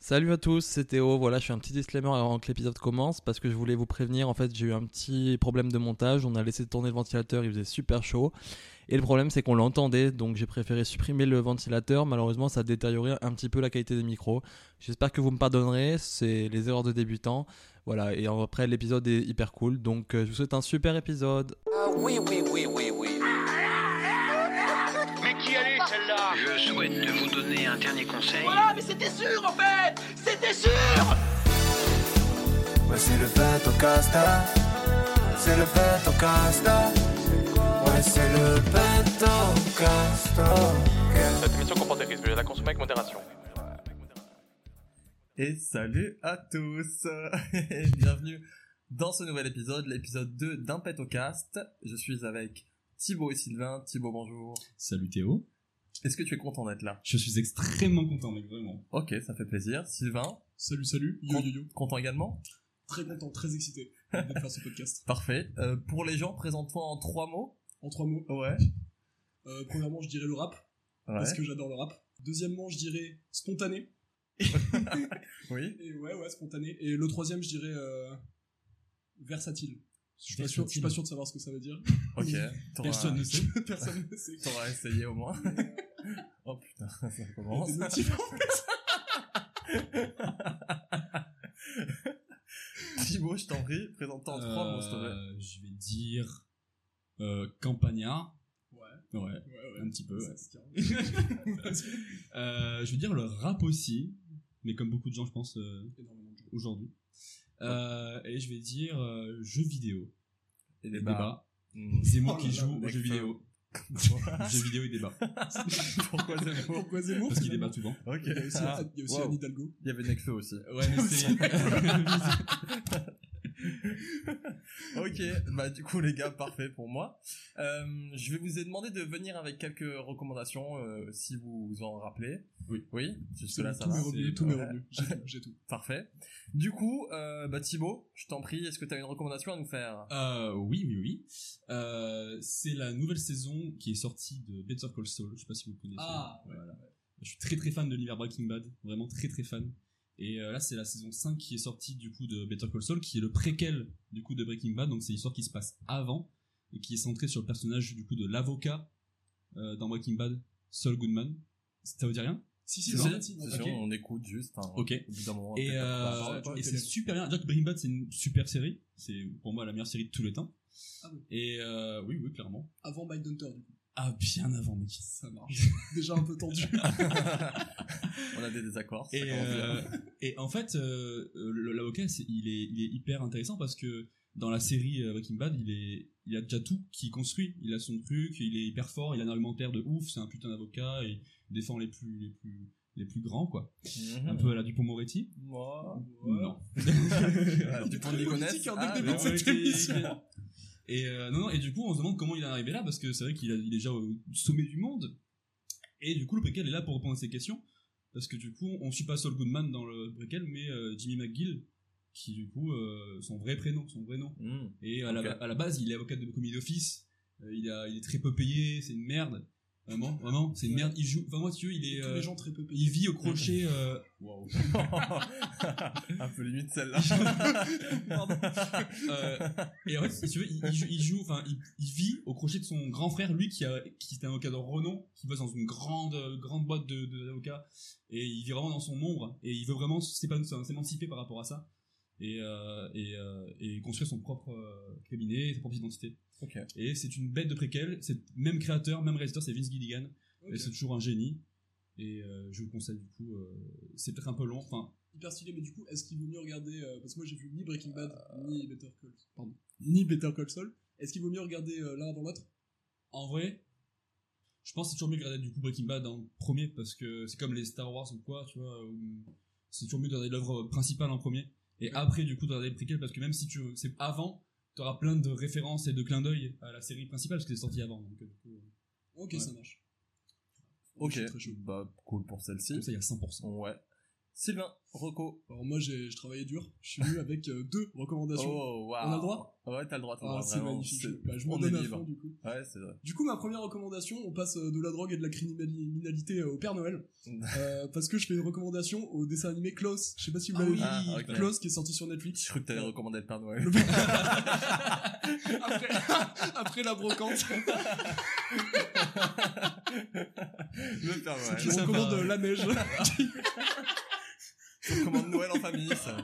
Salut à tous, c'est Théo. Voilà, je fais un petit disclaimer avant que l'épisode commence parce que je voulais vous prévenir. En fait, j'ai eu un petit problème de montage. On a laissé tourner le ventilateur, il faisait super chaud. Et le problème, c'est qu'on l'entendait, donc j'ai préféré supprimer le ventilateur. Malheureusement, ça a détérioré un petit peu la qualité des micros. J'espère que vous me pardonnerez, c'est les erreurs de débutants. Voilà, et après, l'épisode est hyper cool. Donc, euh, je vous souhaite un super épisode. Ah oui, oui, oui, oui, oui. Mais qui allait celle-là Je souhaite vous donner un dernier conseil. Ah, mais c'était sûr en fait C'était sûr Ouais, c'est le fait au casta. C'est le fait au casta. Ouais, c'est le fait au casta. Cette émission comporte des risques, veuillez la consommer avec modération. Et salut à tous Et Bienvenue dans ce nouvel épisode, l'épisode 2 d'Impetocast. Je suis avec Thibaut et Sylvain. Thibaut, bonjour. Salut Théo. Est-ce que tu es content d'être là Je suis extrêmement content, mec, vraiment. Ok, ça fait plaisir. Sylvain, Salut, salut. con- content également Très content, très excité de faire ce podcast. Parfait. Euh, pour les gens, présente-toi en trois mots. en trois mots. Ouais. Euh, premièrement, je dirais le rap, parce que j'adore le rap. Deuxièmement, je dirais spontané. Oui. Et ouais, ouais, spontané. Et le troisième, je dirais euh, versatile. Je suis, pas sûr, je suis pas sûr de savoir ce que ça veut dire. Ok. T'auras- Personne ne sait. Personne ne sait. T'auras essayé au moins. oh putain, ça commence. Des motifs. Thibaut, je t'en prie, présente-toi en trois mots, s'il te plaît. Euh, Je vais dire euh, campagnard. Ouais. Ouais, un petit peu. ouais. Euh, je vais dire le rap aussi, mais comme beaucoup de gens, je pense, euh, aujourd'hui. Euh, et je vais dire euh, jeux vidéo. Et Et les barres. Hmm. Ah, débat. C'est moi Oh qui là là, joue aux mec, jeux ça- vidéo. jeux vidéo et débat. Pourquoi c'est faux Pourquoi Zemmour Parce qu'ils débattent souvent. Ok. Il y a aussi, Ah, il y a aussi wow. Anne Hidalgo. Il y avait Nekfeu aussi. Ouais, mais c'est. Ok, bah du coup les gars, parfait pour moi. Euh, je vais vous ai demandé de venir avec quelques recommandations, euh, si vous vous en rappelez. Oui. Oui, Tout jusque-là ça va. mes revenus, c'est- tout mes ouais. revenus. J'ai tout, j'ai tout. Parfait. Du coup, euh, bah Thibaut, je t'en prie, est-ce que t'as une recommandation à nous faire Euh, oui, oui, oui. Euh, c'est la nouvelle saison qui est sortie de Better Call Saul. Je sais pas si vous connaissez. Ah, Voilà. Je suis très très fan de l'univers Breaking Bad, vraiment très très fan. Et euh, là, c'est la saison 5 qui est sortie du coup de Better Call Saul, qui est le préquel du coup de Breaking Bad. Donc c'est l'histoire qui se passe avant et qui est centrée sur le personnage du coup de l'avocat euh, dans Breaking Bad, Saul Goodman. Ça vous dit rien Si, si, C'est si, ça si, C'est ok. sûr, on écoute juste. hein, Ok. Au bout d'un moment, Et, peut-être euh, qu'on parle, ouais, quoi. et ouais, c'est télé. super bien. Jack Breaking Bad, c'est une super série. C'est pour moi la meilleure série de tous les temps. Ah oui. Et euh, oui, oui, clairement. Avant Mindhunter, du coup. Ah, bien avant, mec. Ça marche. Déjà un peu tendu. on a des désaccords. ça Et, commence bien. euh, et en fait, euh, le- l'avocat, c'est- il est, il est hyper intéressant parce que dans la série euh, Breaking Bad, il, est, il a déjà tout qui construit. Il a son truc, il est hyper fort, il a un argumentaire de ouf, c'est un putain d'avocat, et il défend les plus, les plus, les plus grands, quoi. Un Mhm. peu à la Dupont-Moretti. Moi. Non. Ah, du point de Ligonnès. politique, hein, dès le Ah, début non, de cette ok. émission. Et euh, non, non, et du coup, on se demande comment il est arrivé là, parce que c'est vrai qu'il a- il est déjà au sommet du monde. Et du coup, le préquel est là pour répondre à ces questions, parce que du coup, on suit pas Saul Goodman dans le préquel, mais euh, Jimmy McGill, qui du coup, euh, son vrai prénom, son vrai nom. Mhm. Et à, la, Ok. à la base, il est avocat de commis d'office, euh, il, a- il est très peu payé, c'est une merde. Vraiment, vraiment, c'est une merde. Il joue, enfin, moi, si tu veux, il est. Tous euh, les gens très peu payés. il vit au crochet. euh, un peu limite celle-là. Euh, et en fait, si tu veux, il, il joue- il joue, enfin, il, il vit au crochet de son grand frère, lui, qui, a, qui est un avocat de renom, qui bosse dans une grande, euh, grande boîte de, de- d'avocats, et il vit vraiment dans son ombre, et il veut vraiment s'épan- s'émanciper par rapport à ça, et, euh, et, euh, et construire son propre euh, cabinet, sa propre identité. Ok. Et c'est une bête de préquel, c'est le même créateur, même réalisateur, c'est Vince Gilligan, Ok. et c'est toujours un génie, et euh, je vous conseille, du coup, euh, c'est peut-être un peu long, enfin, hyper stylé, mais du coup, est-ce qu'il vaut mieux regarder euh, Parce que moi, j'ai vu ni Breaking Bad, Euh. ni Better Call, pardon, ni Better Call Saul. Est-ce qu'il vaut mieux regarder euh, l'un avant l'autre En vrai, je pense que c'est toujours mieux de regarder du coup Breaking Bad en premier parce que c'est comme les Star Wars ou quoi, tu vois. où C'est toujours mieux de regarder l'œuvre principale en premier et après du coup de regarder le préquel parce que même si tu c'est avant, t'auras plein de références et de clins d'œil à la série principale parce que c'est sorti avant. Donc, euh, du coup, euh, Ok, Ouais. ça marche. Ok. Je suis très chaud. Bah cool pour comme celle-ci. ça il y a 100%. Ouais. Sylvain. Rocco. Alors moi, j'ai je travaillais dur. Je suis venu avec euh, deux recommandations. Oh, waouh. On a le droit Ouais, t'as le droit, t'as le Ah, droit. c'est vraiment, magnifique. c'est- Bah, je m'en on est donne à libre. fond, du coup. Ouais, c'est vrai. Du coup, ma première recommandation, on passe euh, de la drogue et de la criminalité euh, au Père Noël. Euh, parce que je fais une recommandation au dessin animé Klaus. Je sais pas si vous Ah l'avez oui, vu. Ah, ok. Klaus qui est sorti sur Netflix. Je crois que t'allais recommander le Père Noël. Le père- après, après la brocante, Le Père Noël. je recommande euh, la neige. On commande Noël en famille, ça.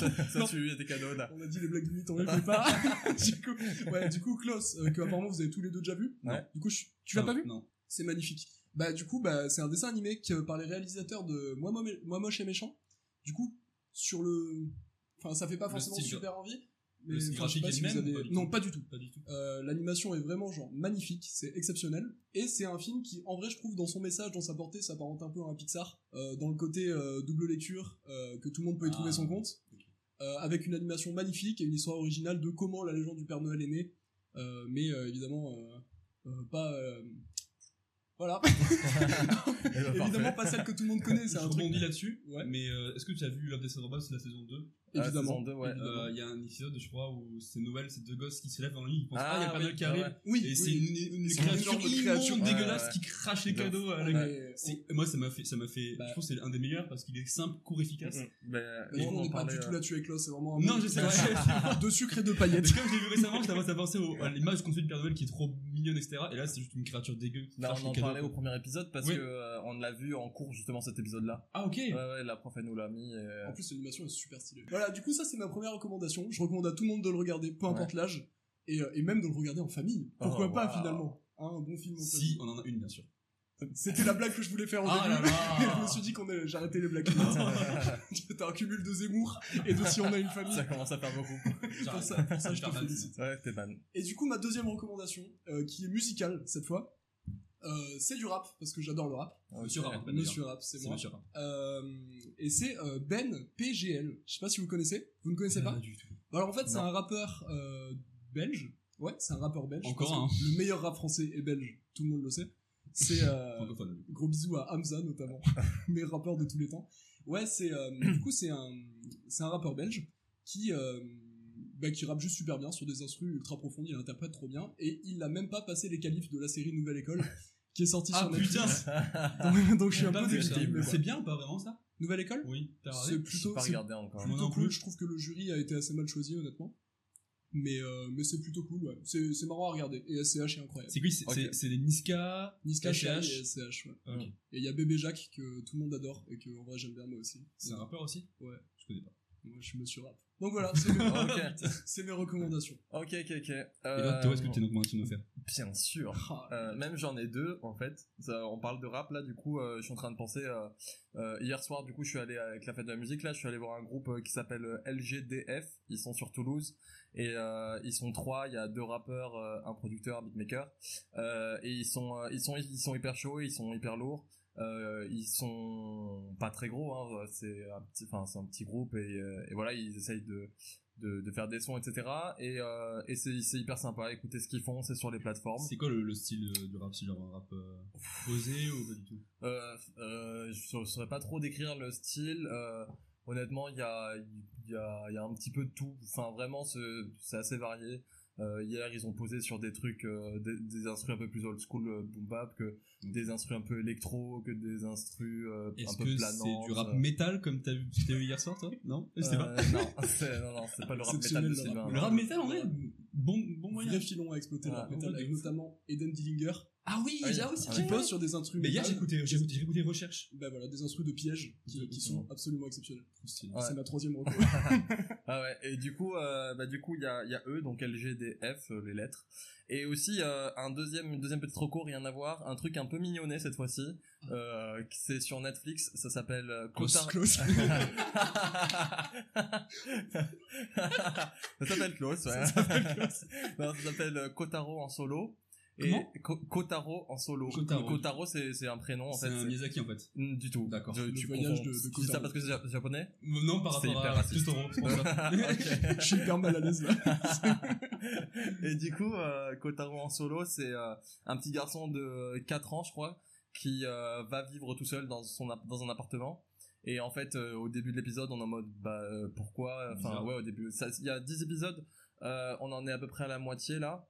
ça, ça tu as des cadeaux, là. On a dit les blagues limites, on les fait pas. du coup, ouais, du coup, Klaus, euh, que apparemment vous avez tous les deux déjà vu. Ouais. Du coup, je- tu l'as Non, pas vu Non. C'est magnifique. Bah, du coup, bah, c'est un dessin animé que, par les réalisateurs de Moi, Mo- Moi, moche et méchant. Du coup, sur le, enfin, ça fait pas Le forcément style super envie. Le style enfin, je sais graphique pas est si le vous même ou avez- pas du tout Non, pas du tout. Pas du tout. Euh, l'animation est vraiment genre magnifique, c'est exceptionnel. Et c'est un film qui, en vrai, je trouve, dans son message, dans sa portée, s'apparente un peu à un Pixar. euh, dans le côté euh, double lecture, euh, que tout le monde peut y Ah, trouver son compte. Euh, avec une animation magnifique et une histoire originale de comment la légende du Père Noël est née. Euh, mais euh, évidemment, euh, euh, pas... euh, Voilà, évidemment Ah, pas celle que tout le monde connaît, c'est Je un truc... rebondis là-dessus. Ouais. Mais euh, est-ce que tu as vu Love Death and Robots, la saison 2 Évidemment. Euh, Il y a un épisode, je crois, où c'est Noël, c'est deux gosses qui se lèvent dans le lit, ils pensent Ah, Ah, il y a pas oui, Noël qui ah arrive. ouais. Oui, Et oui. c'est une, une C'est un créature énorme immonde, créature. dégueulasse, Ouais, ouais. qui crache les De cadeaux à la Mais euh, gueule. on- C'est- Moi, ça m'a fait, ça m'a fait. Bah. je pense que c'est un des meilleurs parce qu'il est simple, court, Mm, efficace. Bah, du coup, on n'est pas du euh, tout là-dessus avec Klaus, c'est vraiment un euh. Non, monde je sais, ouais. de sucre et de Mais paillettes. comme je l'ai vu récemment, ça m'a ça m'a pensé au- à l'image qu'on fait du Père Noël qui est trop mignonne, etc. Et là, c'est juste une créature dégueu. qui crache on les en cadeaux. parlait au premier épisode parce Oui. que euh, on l'a vu en cours justement cet épisode-là. Ah, ok. Ouais, ouais, la prof elle nous l'a mis. et, euh, En plus, l'animation est super stylée. Voilà, du coup, ça, c'est ma première recommandation. Je recommande à tout le monde de le regarder, peu importe l'âge, et, euh, et même de le regarder en famille. Pourquoi Oh, pas, waouh. finalement hein, Un bon film en Si, famille. on en a une, bien sûr. C'était la blague que je voulais faire au Ah là début. là. je me suis dit qu'on est... j'arrêtais les blagues. T'as un cumul de Zemmour et de si on a une famille. Ça commence à faire beaucoup. Pour ça, pour ça, je te Superman. félicite. ouais, t'es ban. Et du coup, ma deuxième recommandation, euh, qui est musicale cette fois, euh, c'est du rap, parce que j'adore le rap. Monsieur Ok. Rap, Monsieur Rap, c'est C'est moi. sûr. Euh, et c'est euh, Ben PGL. Je sais pas si vous le connaissez. Vous ne Euh, connaissez pas du tout. Bah Alors en fait, c'est un rappeur euh, belge. Ouais, c'est un rappeur belge. Encore parce que Le meilleur rap français est belge. Tout le monde le sait. C'est euh, Francophone. gros bisous à Hamza notamment, meilleur rappeur de tous les temps. Ouais, c'est euh, du coup c'est un c'est un rappeur belge qui euh, bah, qui rappe juste super bien sur des instrus ultra profondes. Il interprète trop bien et il n'a même pas passé les qualifs de la série Nouvelle École qui est sortie Ah sur Netflix. putain, Ah. Donc, donc je suis un Pas peu vu, dégoûté. ça. mais C'est voilà. bien ou pas vraiment ça Nouvelle École Oui, t'as C'est regardé Je plutôt, pas c'est regardé encore. Moi plutôt non cool. plus. Je trouve que le jury a été assez mal choisi, honnêtement. Mais, euh, mais c'est plutôt cool, ouais. C'est c'est marrant à regarder. Et SCH est incroyable. C'est quoi C'est Ok. c'est- c'est les Niska. euh, Niska SCH. SCH et SCH, ouais. Ok. Et il y a Bébé Jacques que tout le monde adore et que en vrai j'aime bien moi aussi. C'est un rappeur aussi Ouais. Je connais pas. Moi je suis monsieur rap. Donc voilà, c'est mes, Ok. c'est mes recommandations. Ok, ok, ok. Et Euh, toi, Théo, est-ce que t'es donc moins tu nous faire Bien sûr. Euh, même j'en ai deux en fait. Ça, on parle de rap là, du coup, euh, je suis en train de penser. euh, euh, hier soir, du coup, je suis allé avec la fête de la musique là. Je suis allé voir un groupe euh, qui s'appelle euh, LGDF. Ils sont sur Toulouse et euh, ils sont trois. Il y a deux rappeurs, euh, un producteur, un beatmaker. Euh, et ils sont, euh, ils sont, ils sont hyper chauds. Ils sont hyper lourds. Euh, ils sont pas très gros. Hein, c'est un petit, enfin, c'est un petit groupe et, euh, et voilà, ils essayent de de, de faire des sons, etc. Et, euh, et c'est c'est hyper sympa. Écoutez ce qu'ils font, c'est sur les plateformes. C'est quoi le, le style euh, du rap C'est genre un rap euh, posé ou pas du tout Euh, euh, je ne saurais pas trop décrire le style. euh, honnêtement, il y a, il y, a, il y a un petit peu de tout. Enfin, vraiment, ce- c'est assez varié. Euh, hier, ils ont posé sur des trucs, euh, des, des instrus un peu plus old school, euh, boom bap, que des instrus un peu électro, que des instrus euh, un Est-ce peu que planants. c'est du rap euh, métal comme t'as vu, t'as vu hier soir toi Non Je sais pas. euh, non, c'est- non, non, c'est pas le rap métal de Exceptionnel, Sylvain. Le rap métal en vrai, bon, bon moyen. Vrai filon à exploiter le Ah, rap metal, ouais, avec de ouf. notamment Eden Dillinger Ah oui, Ah oui. ah Ah oui, c'est qui vrai. pose sur des instruments. Mais hier j'ai écouté, j'ai écouté, j'ai écouté Recherche. bah voilà, des instrus de piège qui, qui sont absolument exceptionnels. Ouais. C'est ma troisième recommandation. Ah ouais, et du coup, euh, bah du coup, il y a, il y a eux, donc LGDF, euh, les lettres. Et aussi, euh, un deuxième, une deuxième petite reco, rien à voir, un truc un peu mignonné cette fois-ci. Euh, qui- c'est sur Netflix, ça s'appelle euh, Cotard. Close. Ah, ça s'appelle Klaus, ouais. Ça s'appelle non, ça s'appelle euh, Kotaro en solo. Et Comment Co- Kotaro en solo. Kotaro. Kotaro, c'est c'est un prénom en C'est fait. un c'est- Miyazaki en fait. Mm, Du tout. D'accord. Je- Le Tu voyage comprends. de- de Je dis ça Kotaro. parce que c'est ja- japonais Euh, Non, par C'est rapport hyper à raciste. Totoro, je pense pas. Je suis hyper mal à l'aise là. Et du coup, euh, Kotaro en solo, c'est euh, un petit garçon de 4 ans, je crois, qui euh, va vivre tout seul dans, son app- dans un appartement. Et en fait, euh, au début de l'épisode, on est en mode bah euh, pourquoi Enfin Bizarre. ouais, au début, ça- il y a 10 épisodes, euh, on en est à peu près à la moitié là.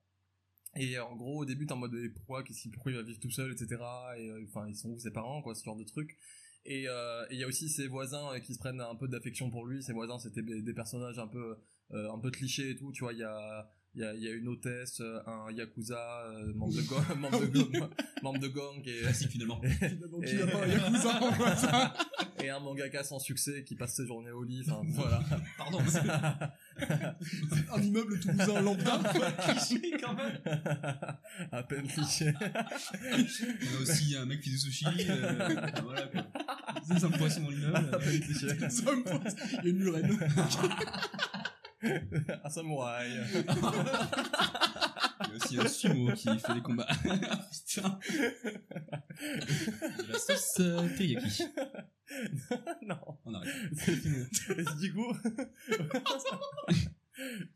Et en gros, au début, t'es en mode eh, pourquoi Qu'est-ce qu'il pourquoi il va vivre tout seul, etc. Et euh, enfin, ils sont où ses parents, quoi, ce genre de truc. Et euh, et il y a aussi ses voisins euh, qui se prennent un peu d'affection pour lui. Ses voisins, c'était des des personnages un peu euh, un peu clichés et tout. Tu vois, il y a il y a, il y a une hôtesse, euh, un yakuza, euh, membre de gang, membre de Ah gang, membre de gang qui est- Classique finalement. Finalement, qui Et- a pas un Yakuza en hein. vrai, ça et un mangaka sans succès qui passe ses journées au lit. Enfin voilà. Pardon, mais c'est Un immeuble toulousain lambda cliché quand même. à peine cliché. On a aussi un mec qui fait du sushi. Euh, voilà quoi. C'est un poisson dans l'immeuble. peine cliché. Ça me pose- Il y a une lurène. un samouraï. Il y a aussi Euh, un sumo qui fait des combats. Putain. De la sauce euh, teriyaki. non. On arrête. C'est fini. Et du coup,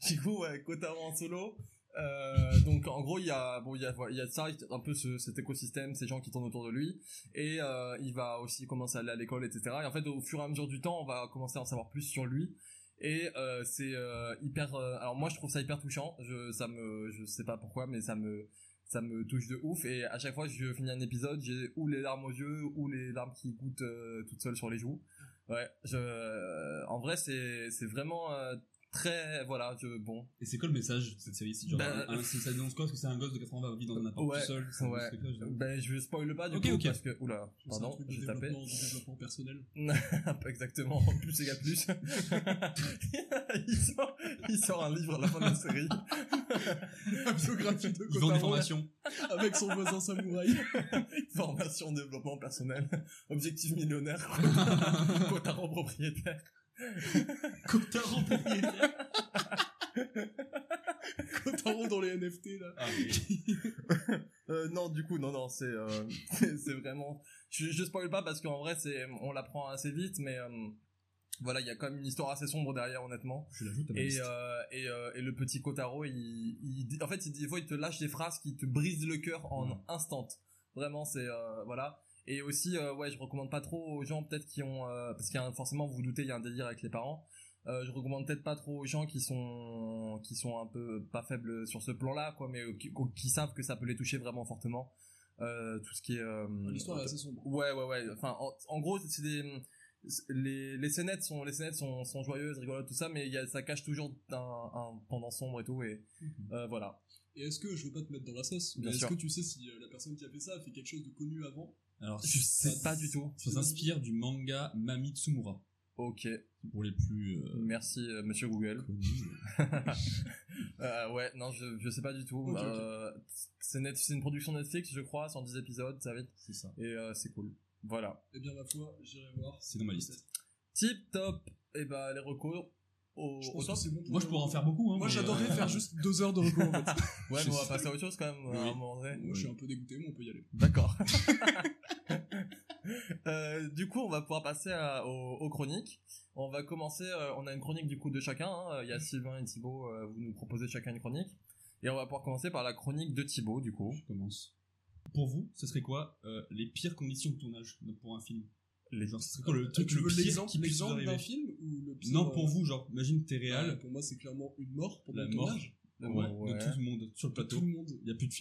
du coup, ouais, Kotaro en solo. Euh, donc en gros il y a bon il y a il y a ça un peu ce- cet écosystème ces gens qui tournent autour de lui et euh, il va aussi commencer à aller à l'école etc et en fait au fur et à mesure du temps on va commencer à en savoir plus sur lui et euh, c'est euh, hyper euh, alors moi je trouve ça hyper touchant je ça me je sais pas pourquoi mais ça me ça me touche de ouf et à chaque fois que je finis un épisode j'ai ou les larmes aux yeux ou les larmes qui goûtent euh, toutes seules sur les joues ouais je euh, en vrai c'est c'est vraiment euh, très voilà je bon Et c'est quoi le message de cette série C'est genre, Bah, un- c'est- ça dénonce quoi Parce que c'est un gosse de 80 ans qui vit dans un appart Ouais, tout seul. ça dénonce ouais. quoi, je- Ben, je spoil pas du Ok, coup ok. parce que oula, C'est un pardon, truc du j'ai tapé. développement, du développement personnel. Pas exactement, plus égale plus. il, sort, il sort un livre à la fin de la série. La biographie de Ils vendent des Kotaro formations. avec son voisin samouraï. Formation développement personnel, objectif millionnaire, Kotaro propriétaire. Kotaro propriétaire. Kotaro dans les NFT là. Ah, mais- Euh, non, du coup, non, non, c'est euh, c'est c'est vraiment. Je, je spoil pas parce qu'en vrai, c'est on l'apprend assez vite, mais euh, voilà, il y a quand même une histoire assez sombre derrière, honnêtement. Je l'ajoute à ma Et, liste. euh, et, euh, et le petit Kotaro, il, il dit- en fait, il, des fois, il te lâche des phrases qui te brisent le cœur en instant. Vraiment, c'est euh, voilà. Et aussi, euh, ouais, je recommande pas trop aux gens peut-être qui ont, euh, parce qu'il y a un- forcément, vous vous doutez, il y a un délire avec les parents. Euh, je recommande peut-être pas trop aux gens qui sont qui sont un peu pas faibles sur ce plan-là, quoi, mais euh, qui, qui savent que ça peut les toucher vraiment fortement. Euh, tout ce qui est euh, L'histoire est assez sombre. Ouais, ouais, ouais. Enfin, en, en gros, c'est des les, les scénettes sont les scénettes sont, sont joyeuses, rigolotes, tout ça, mais il y a, ça cache toujours un, un pendant sombre et tout. Et Mhm. euh, voilà. Et est-ce que je veux pas te mettre dans la sauce mais Bien Est-ce sûr. que tu sais si euh, la personne qui a fait ça a fait quelque chose de connu avant Alors, Je sais Euh, pas du tout. ça s'inspire du manga Mami Tsumura. Ok. Pour les plus euh, Merci, euh, Monsieur Google. connus. Euh, ouais, non, je, je sais pas du tout. Ok, ok. Euh, c'est net- c'est une production Netflix, je crois, 110 épisodes, ça va être. C'est ça. Et euh, c'est cool. Voilà. Eh bien, ma foi, j'irai voir. C'est dans ma liste. Tip top. Et bah les recours au, Je au pense que top. c'est bon pour Moi, je pourrais en faire beaucoup. Hein, Moi, mais, j'adorerais euh, faire juste deux heures de recours en fait. Ouais, je mais on va sais. passer à autre chose quand même. à Oui. un moment donné. Moi, je suis un peu dégoûté, mais on peut y aller. D'accord. Euh, du coup, on va pouvoir passer à- aux, aux chroniques. On va commencer. euh, on a une chronique du coup de chacun. hein. Mm. Il y a Sylvain et Thibaut. euh, vous nous proposez chacun une chronique. Et on va pouvoir commencer par la chronique de Thibaut du coup. Je commence. Pour vous, ce serait quoi euh, les pires conditions de tournage pour un film Les Genre, ce serait quoi le Euh, Tu truc le veux pire l'exemple qui puisse vous l'exemple d'un arriver film ou le pire, Non, pour euh, vous, genre, imagine t'es ouais, réel, Pour moi, c'est clairement une mort pour la le mort tournage. ouais, Ouais. de tout le monde sur le De Tout plateau. le monde. Il n'y a plus de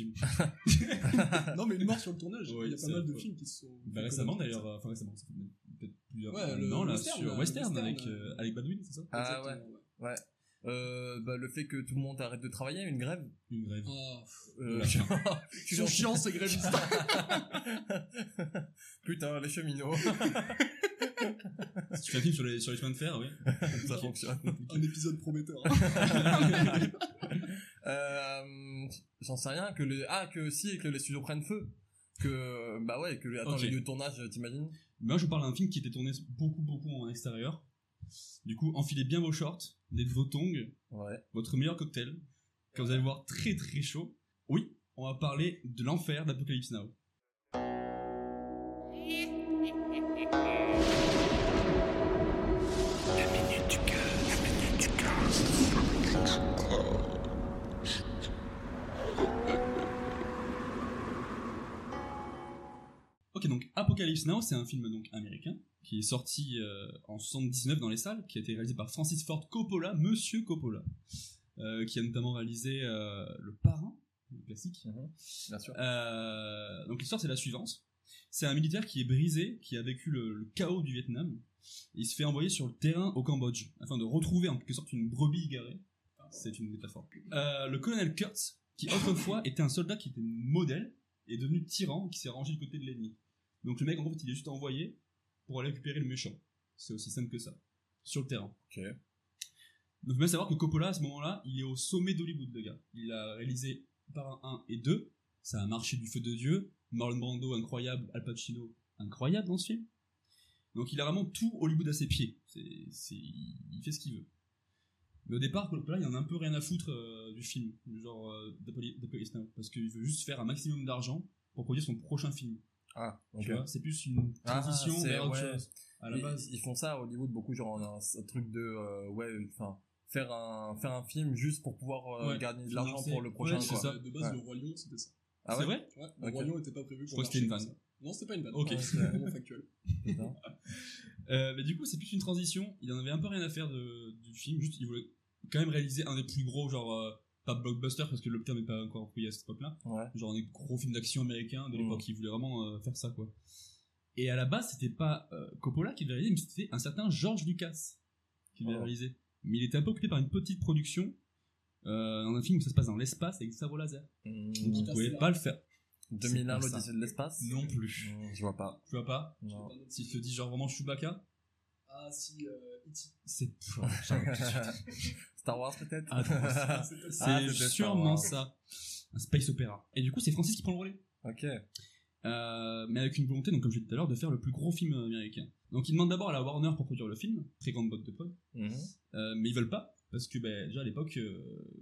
Bah, film. Non, mais une mort sur le tournage. Ouais, Il y a pas c'est- mal de ouais. films qui se sont. Bah, récemment d'ailleurs, euh, enfin récemment, ça fait peut-être plusieurs Ouais, euh, le non, là, western, sur là, le Western, western, avec, euh, euh, Alec Baldwin, c'est ça Ah ouais. Exactement, ouais. Euh, bah, le fait que tout le monde arrête de travailler, une grève. Une grève. Ah, Euh, La fin. je Ils suis sont gentil. chiants ces grévistes. Putain, les cheminots. si tu fais un film sur les, sur les chemins de fer, oui. Ça Ok. fonctionne. Un épisode prometteur. Euh, J'en sais rien. Que les... ah que si et que les studios prennent feu. Que bah ouais que attends Ok. les lieux de tournage, euh, t'imagines? Bah, Moi, je vous parle d'un film qui était tourné beaucoup, beaucoup en extérieur. Du coup, enfilez bien vos shorts, des- vos tongs, Ouais. votre meilleur cocktail, quand vous allez voir très très chaud. Oui, on va parler de l'enfer d'Apocalypse Now. Ok, donc Apocalypse Now, c'est un film donc américain qui est sorti euh, en 79 dans les salles, qui a été réalisé par Francis Ford Coppola, Monsieur Coppola, euh, qui a notamment réalisé euh, Le Parrain, le classique. Mhm. Bien sûr. Euh, donc l'histoire c'est la suivante. C'est un militaire qui est brisé, qui a vécu le, le chaos du Vietnam. Il se fait envoyer sur le terrain au Cambodge afin de retrouver en quelque sorte une brebis égarée. C'est une métaphore. Euh, le colonel Kurtz, qui autrefois était un soldat qui était modèle, est devenu tyran qui s'est rangé du côté de l'ennemi. Donc le mec en fait il est juste envoyé pour aller récupérer le méchant. C'est aussi simple que ça. Sur le terrain. Ok. Donc il faut bien savoir que Coppola à ce moment-là, il est au sommet d'Hollywood le gars. Il a réalisé Parrain 1 et 2, ça a marché du feu de Dieu. Marlon Brando, incroyable. Al Pacino, incroyable dans ce film. Donc il a vraiment tout Hollywood à ses pieds. C'est, c'est- il fait ce qu'il veut. Mais au départ, Coppola, il en a un peu rien à foutre euh, du film, du genre euh, d'Apolli- d'Apolli- Now, parce qu'il veut juste faire un maximum d'argent pour produire son prochain film. Ah, Tu vois, c'est plus une Ah, transition c'est- vers autre ouais. chose. À la Ils- base, Ils, font ça à Hollywood beaucoup, genre en un, un truc de euh, ouais, enfin faire un faire un film juste pour pouvoir euh, Ouais, gagner de financer. l'argent pour le prochain. Ouais, c'est quoi. ça. De base, Ouais. le Roi Lion, c'était ça. Ah c'est ouais. vrai Ouais, le Ok. Roi Lion n'était pas prévu Je pour crois que c'était une marcher vanne. comme ça. Non, c'était pas une vanne. Ok. Ouais, C'est vraiment factuel. Putain. Euh, mais du coup, c'est plus une transition. Il en avait un peu rien à faire de, du film. Juste, il voulait quand même réaliser un des plus gros, genre, euh, pas blockbuster, parce que le terme n'est pas encore employé à cette époque-là. Ouais. Genre, des gros films d'action américains de Mm. l'époque. Il voulait vraiment euh, faire ça, quoi. Et à la base, c'était pas euh, Coppola qui devait réaliser, mais c'était un certain George Lucas qui devait Oh. réaliser. Mais il était un peu occupé par une petite production, euh, dans un film où ça se passe dans l'espace avec des sabre laser. Mmh. Donc, il Ah, pouvait c'est pas le faire. 2001 c'est pas ça. l'Odyssée de l'espace. Non plus. Hmm, Je vois pas. Tu vois pas Non. Si je te dis, genre, vraiment Chewbacca, Ah, si, euh, E.T. c'est. oh, J'arrête tout de suite. Star Wars peut-être. Ah, C'était C'est ça. Ah, c'était sûrement Star ça. Un space opéra. Et du coup, c'est Francis qui prend le relais. ok. Euh, mais avec une volonté, donc comme je l'ai dit tout à l'heure, de faire le plus gros film américain. Donc il demande d'abord à la Warner pour produire le film, très grande botte de pomme, Mhm. euh, mais ils veulent pas, parce que ben, déjà à l'époque, euh,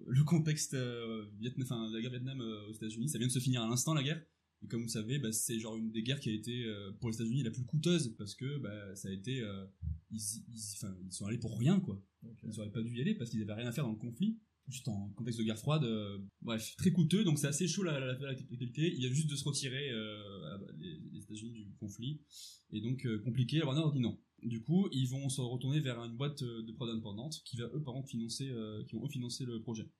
le contexte euh, Vietnam, enfin, la guerre Vietnam euh, aux États-Unis, ça vient de se finir à l'instant la guerre. Et comme vous savez, ben, c'est genre une des guerres qui a été euh, pour les États-Unis la plus coûteuse, parce que ben, ça a été, euh, ils, ils- enfin, ils sont allés pour rien quoi. Ils auraient pas dû y aller parce qu'ils avaient rien à faire dans le conflit, juste en contexte de guerre froide. euh, bref, très coûteux, donc c'est assez chaud la, la, la- la qualité. Il y a juste de se retirer euh, à- les, les États-Unis du conflit, et donc euh, compliqué. La Warner dit non. Du coup, ils vont se retourner vers une boîte euh, de prod indépendante qui va eux par contre financer, euh, qui vont eux financer le projet.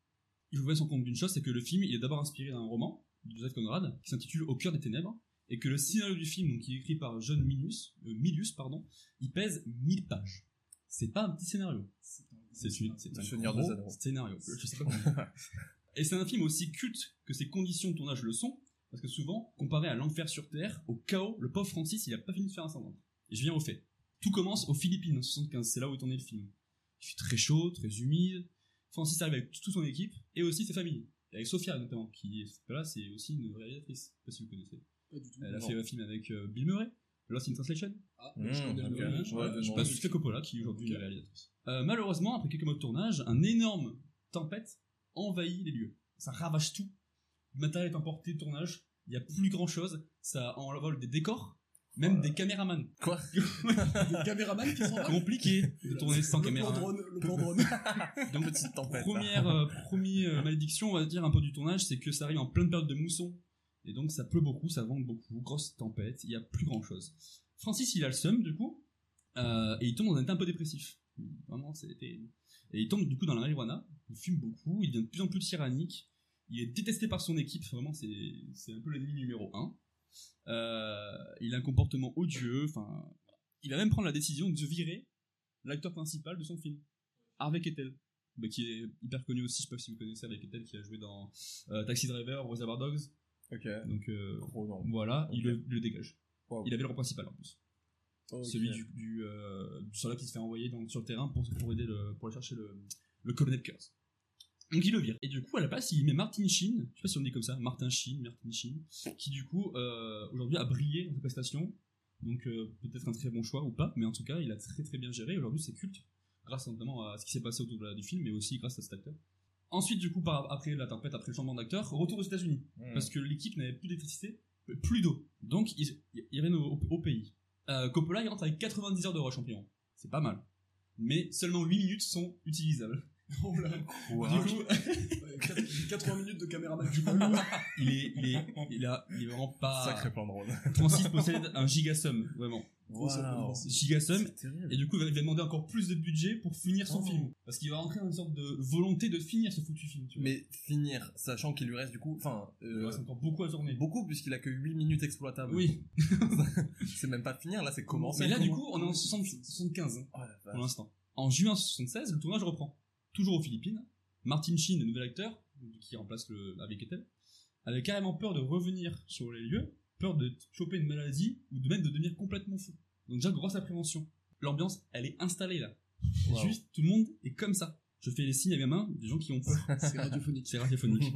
Il faut bien se rendre compte d'une chose, c'est que le film il est d'abord inspiré d'un roman de Joseph Conrad qui s'intitule Au cœur des ténèbres. Et que le scénario du film, donc, qui est écrit par John Milius, euh, Milius, pardon, il pèse 1000 pages. C'est pas un petit scénario. C'est une- c'est Le un Seigneur gros des Anneaux. scénario. Je sais pas comment. Et c'est un film aussi culte que ses conditions de tournage le sont, parce que souvent, comparé à l'enfer sur Terre, au chaos, le pauvre Francis, il a pas fini de faire un syndrome. Et je viens au fait. Tout commence aux Philippines en 75, c'est là où est tourné le film. Il fait très chaud, très humide. Francis arrive avec toute son équipe et aussi ses familles. Et avec Sofia notamment, qui est là, c'est aussi une réalisatrice, je sais pas si vous connaissez. Pas du tout. Elle a Non. fait un film avec euh, Bill Murray, Lost in Translation. Ah, Hmm, je Mmh, connais le ok. nom, je- Ouais, de je nom. Pas passe- Sofia Coppola, qui est aujourd'hui Ok. une réalisatrice. Euh, malheureusement, après quelques mois de tournage, un énorme tempête envahit les lieux. Ça ravage tout. Le matériel est emporté de tournage. Il n'y a plus grand chose. Ça envole des décors, même des caméramans. Quoi Des caméramans qui sont là. Compliqué de tourner sans Le plan caméra. drone, le plan drone. Donc, Petite tempête. première, euh, premier, euh, malédiction, on va dire, un peu du tournage, c'est que ça arrive en pleine période de mousson. Et donc, ça pleut beaucoup, ça vente beaucoup, grosse tempête, il n'y a plus grand chose. Francis, il a le seum, du coup, euh, et il tombe dans un état un peu dépressif. Vraiment, c'était. Et il tombe, du coup, dans la marijuana, il fume beaucoup, il devient de plus en plus tyrannique, il est détesté par son équipe, vraiment, c'est c'est un peu l'ennemi numéro un. Euh, il a un comportement odieux, enfin. Il va même prendre la décision de virer l'acteur principal de son film, Harvey Kettel bah, qui est hyper connu aussi, je sais pas si vous connaissez avec Etel qui a joué dans euh, Taxi Driver, Reservoir Dogs. Ok. Donc euh, Gros nom. voilà, il, le, Ok. il le dégage. Wow. Il avait le rôle principal en plus. Ok. Celui du, du, euh, du soldat qui se fait envoyer dans, sur le terrain pour, pour aider le, pour aller chercher le, le colonel Kurtz. Donc il le vire. Et du coup, à la place, il met Martin Sheen, je sais pas si on le dit comme ça, Martin Sheen, Martin Sheen, qui du coup, euh, aujourd'hui a brillé dans sa prestation. Donc euh, peut-être un très bon choix ou pas, mais en tout cas, il a très très bien géré. Aujourd'hui, c'est culte, grâce notamment à ce qui s'est passé autour de la- du film, mais aussi grâce à cet acteur. Ensuite, du coup, par, après la tempête, après le changement d'acteur, retour aux États-Unis Hmm. parce que l'équipe n'avait plus d'électricité, euh, plus d'eau. Donc ils, ils reviennent au, au pays. Euh, Coppola il rentre avec 90 heures de rush environ. C'est pas mal. Mais seulement 8 minutes sont utilisables. Oh là. Du coup, Ouais, quatre- 80 minutes de caméraman du vol. il est, il est, il a, il est vraiment pas. Sacré plan de rôle. Francis possède un gigasum, vraiment. Grosse Wow. influence. Gigasum. C'est terrible. Et du coup, il va- il va demander encore plus de budget pour finir son Oh. film. Parce qu'il va rentrer dans une sorte de volonté de finir ce foutu film. Tu vois. Mais finir, sachant qu'il lui reste du coup, enfin, il lui euh, reste encore beaucoup à tourner. beaucoup puisqu'il a que 8 minutes exploitables. Oui. C'est même pas finir, là c'est commencer. Mais là, du Comment- coup, on est en 60 75 hein, Oh la vache. pour l'instant. En juin 76, le tournage reprend. Toujours aux Philippines. Martin Sheen, le nouvel acteur, qui remplace le Harvey Keitel, avait carrément peur de revenir sur les lieux, peur de choper une maladie ou de même de devenir complètement fou. Donc déjà, grosse appréhension. L'ambiance, elle est installée là. C'est Wow. Juste, tout le monde est comme ça. Je fais les signes avec ma main, des gens qui ont peur. C'est radiophonique. C'est radiophonique.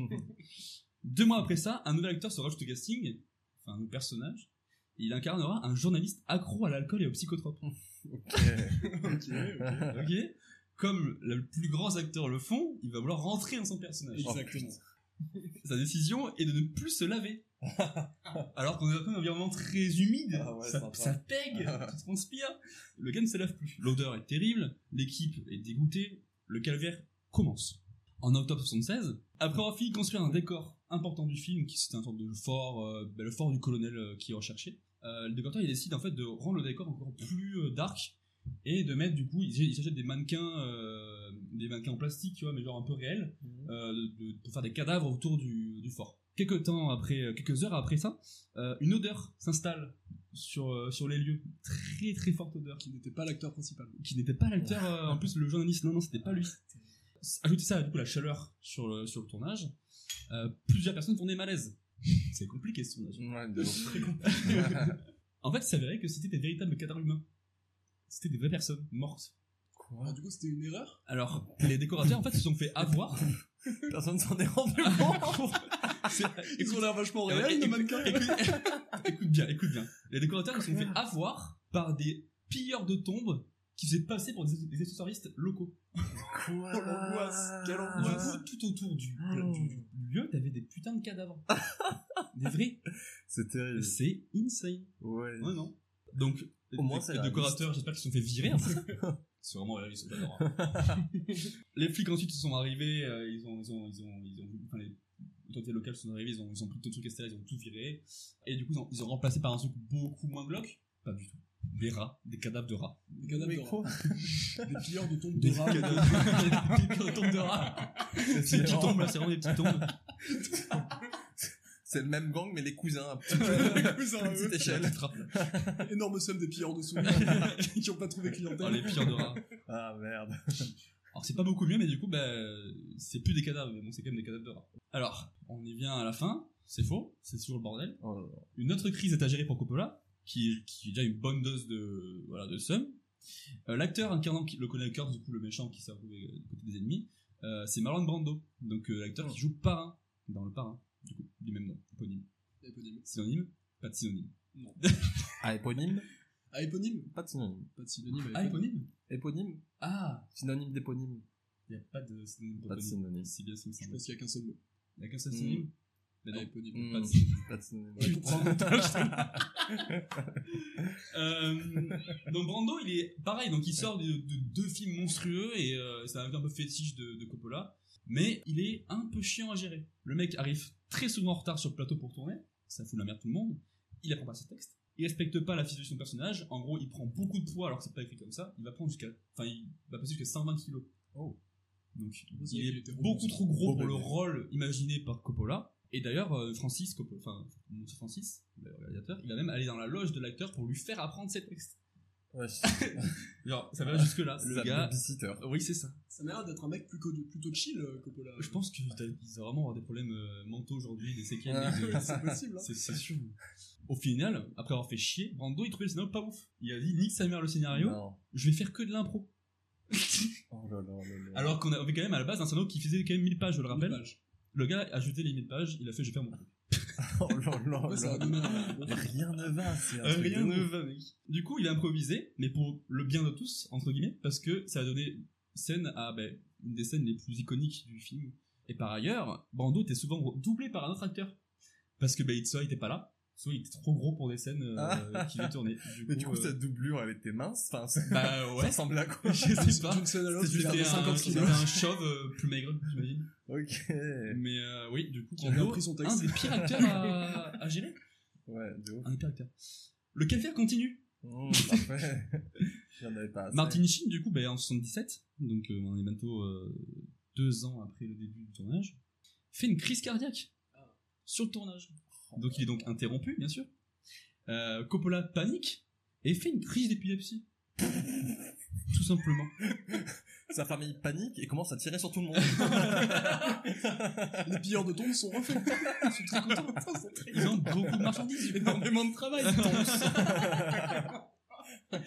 Deux mois après ça, un nouvel acteur se rajoute au casting, enfin au personnage, et il incarnera un journaliste accro à l'alcool et aux psychotropes. Euh, ok Comme le plus grand acteur le font, il va vouloir rentrer dans son personnage. Exactement. Sa décision est de ne plus se laver. Alors qu'on est dans un environnement très humide, Ah ouais, ça, sympa. ça pègue, tu transpires, le gars ne se lave plus. L'odeur est terrible, l'équipe est dégoûtée, le calvaire commence. En octobre 76, après avoir fini de construire un décor important du film, qui c'était un sorte de fort, euh, ben, le fort du colonel euh, qui est recherché, euh, le décorateur il décide en fait de rendre le décor encore plus euh, dark et de mettre du coup, il, il s'achète des mannequins, euh, des mannequins en plastique, tu vois, mais genre un peu réels, Mhm. euh, de- de- pour faire des cadavres autour du, du fort. Quelques temps après, euh, quelques heures après ça, euh, une odeur s'installe sur euh, sur les lieux, très très forte odeur Qui n'était pas l'acteur principal. qui n'était pas l'acteur, euh, en plus le journaliste, non, non, c'était pas lui. Ajoutez ça, du coup, la chaleur sur le, sur le tournage, euh, plusieurs personnes tournaient malaise. C'est compliqué ce tournage. Ouais, de ouf. en fait, il s'avérait que c'était des véritables cadavres humains. C'était des vraies personnes mortes. Alors, Ah, du coup, c'était une erreur. Alors, les décorateurs, en fait, se sont fait avoir. Personne s'en est rendu compte. C'est- Ils ont l'air vachement Ouais, réels, Euh, écoute- le mannequin. écoute- écoute bien, écoute bien. Les décorateurs se sont fait avoir par des pilleurs de tombes qui faisaient passer pour des, des accessoiristes locaux. Quoi Oh, l'angoisse. Quelle Ah. Du angoisse. coup, tout autour du, du- du lieu, t'avais des putains de cadavres. des vrais. C'est terrible. C'est insane. Ouais. Ouais, non. Donc, Au moins, c'est les, les réaliste. décorateurs, j'espère qu'ils se sont fait virer. hein. c'est vraiment réaliste, c'est pas normal. les flics ensuite sont arrivés, euh, ils ont, ils ont, ils ont, ils ont, enfin, les autorités locales sont arrivées, ils ont, ils ont pris tout le truc, etc., ils ont tout viré. Et du coup, ils ont, ils ont remplacé par un truc beaucoup moins glauque. Pas du tout. Des rats, des cadavres de rats. Des cadavres de rats. Des pilleurs de tombes Des de rats. cadavres- des petites tombes de rats. C'est Ces petites vraiment- tombes, là, c'est vraiment des petites tombes. C'est le même gang, mais les cousins. un petit peu. Ah Petite échelle. Des petites rats. Énorme somme des pilleurs de souris qui ont pas trouvé clientèle. Oh, les pires de rats. Ah merde. Alors c'est pas beaucoup mieux, mais du coup, bah, c'est plus des cadavres, mais bon, c'est quand même des cadavres de rats. Alors, on y vient à la fin, c'est faux, c'est toujours le bordel. Oh là là. Une autre crise est à gérer pour Coppola, qui, qui a déjà une bonne dose de, voilà, de seum. Euh, L'acteur incarnant qui- le colonel Kurtz, du coup le méchant qui s'est retrouvé euh, du côté des ennemis, euh, c'est Marlon Brando, donc euh, l'acteur qui joue Parrain, dans le Parrain, du coup, du même nom, éponyme. Éponyme. Synonyme Pas de synonyme. Non. Ah, éponyme Ah, éponyme Pas de synonyme. Pas de synonyme. Ah, éponyme Éponyme Ah Synonyme d'éponyme. Il n'y a pas de synonyme pour Pas de éponyme. synonyme. C'est bien ça, me Je semble. pense qu'il y a qu'un seul mot. Il n'y a qu'un seul synonyme Mais non. Ah, éponyme. Mm. Pas de synonyme. Pas de synonyme. On la comprend en montage. Euh, donc Brando, il est pareil, donc il sort de, de deux films monstrueux et euh, c'est un un peu fétiche de, de Coppola, mais il est un peu chiant à gérer. Le mec arrive très souvent en retard sur le plateau pour tourner, ça fout la merde tout le monde. Il apprend pas ses textes, il respecte pas la physique de son personnage. En gros, il prend beaucoup de poids alors que c'est pas écrit comme ça. Il va prendre jusqu'à, enfin, il va passer jusqu'à 120 kilos. Donc, Oh. c'est il vrai qu'il est était beaucoup robuste. trop gros Oh, pour le bébé. rôle imaginé par Coppola. Et d'ailleurs, euh, Francis, Coppola, enfin, mon petit Francis, le réalisateur, il va même aller dans la loge de l'acteur pour lui faire apprendre ses textes. Wesh. Genre, ça va jusque là, Ça, le gars. babysitter. Oui, c'est ça. Ça m'a l'air d'être un mec plutôt, plutôt chill, euh, Coppola. Je pense qu'ils va vraiment avoir des problèmes euh, mentaux aujourd'hui, des séquelles. Ah, des- C'est possible. hein. c'est c'est sûr. Au final, après avoir fait chier, Brando il trouvait le scénario pas ouf. Il a dit nique sa mère le scénario, Non. je vais faire que de l'impro. Oh là là, oh là là. Alors qu'on avait quand même à la base un scénario qui faisait quand même 1000 pages, je le rappelle. Une page. Le gars a ajouté les 1000 pages, il a fait je vais faire mon truc. Oh là là, Ouais, ça là là. va donner un- Rien ne va, c'est un truc Rien de ne ouf. va, mec. Du coup, il a improvisé, mais pour le bien de tous, entre guillemets, parce que ça a donné scène à ben, une des scènes les plus iconiques du film. Et par ailleurs, Brando était souvent doublé par un autre acteur. Parce que ben, il- soit il était pas là, soit il était trop gros pour des scènes euh, Ah. qu'il devait tourner. Mais du coup, euh, cette doublure, elle était mince. Enfin, ça Bah ouais, ressemble à quoi je sais pas. D'une scène à l'autre, tu perds C'était un, 50 c'était kilos. un chauve euh, plus maigre, j'imagine. Ok. Mais euh, oui, du coup, Qui a bien Brando, pris son un texte. des pires acteurs à, à gérer. Ouais, de ouf. Un des pires acteurs. Le calvaire continue. Mmh, parfait. Il y en avait pas assez. Martin Sheen, du coup, ben, en 77, donc euh, on est bientôt euh, deux ans après le début du tournage, fait une crise cardiaque sur le tournage. Donc il est donc interrompu, bien sûr. Euh, Coppola panique et fait une crise d'épilepsie. Tout simplement. Sa famille panique et commence à tirer sur tout le monde. Les pilleurs de tombes sont refaits. Ils sont très contents. Ils sont très Ils ont beaucoup de marchandises. Énormément de travail. Tonks.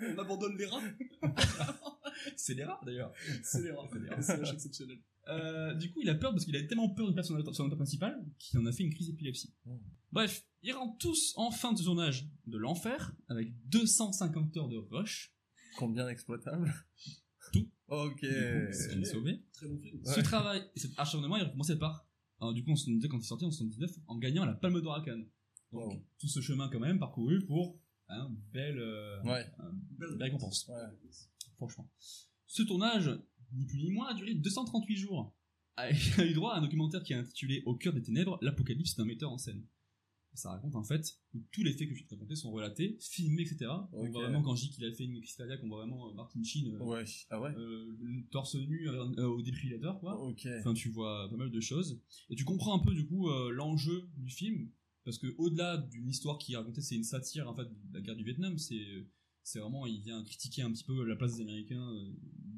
On abandonne les rats. C'est les rares d'ailleurs. C'est les rats. C'est exceptionnel. Euh, du coup, il a peur parce qu'il a tellement peur de perdre son, son acteur principal qu'il en a fait une crise d'épilepsie. Oh. Bref, ils rentrent tous en fin de tournage de l'enfer avec 250 heures de rush. Combien exploitable Tout. Ok. Ils sont sauvés. Très bon film. Ce travail et cet acharnement, il a commencé par, alors, du coup, en 79, quand il est sorti en 79, en gagnant la Palme d'Or à Cannes. Donc, Wow. tout ce chemin quand même parcouru pour un bel, euh, Ouais. belle récompense, Ouais. franchement. Ce tournage, ni plus ni moins, a duré 238 jours. A a eu droit à un documentaire qui est intitulé Au cœur des ténèbres, l'apocalypse d'un metteur en scène. Ça raconte en fait où tous les faits que je vais te raconter sont relatés, filmés, etc. On Ok. voit vraiment quand je dis qu'il a fait une crise cardiaque, on voit vraiment euh, Martin Sheen euh, Ouais. Ah ouais euh, le torse nu euh, euh, au défilateur, quoi. Ok. Enfin, tu vois pas mal de choses. Et tu comprends un peu, du coup, euh, l'enjeu du film. Parce que, au-delà d'une histoire qui est racontée, c'est une satire, en fait, de la guerre du Vietnam. C'est, c'est vraiment, il vient critiquer un petit peu la place des Américains euh,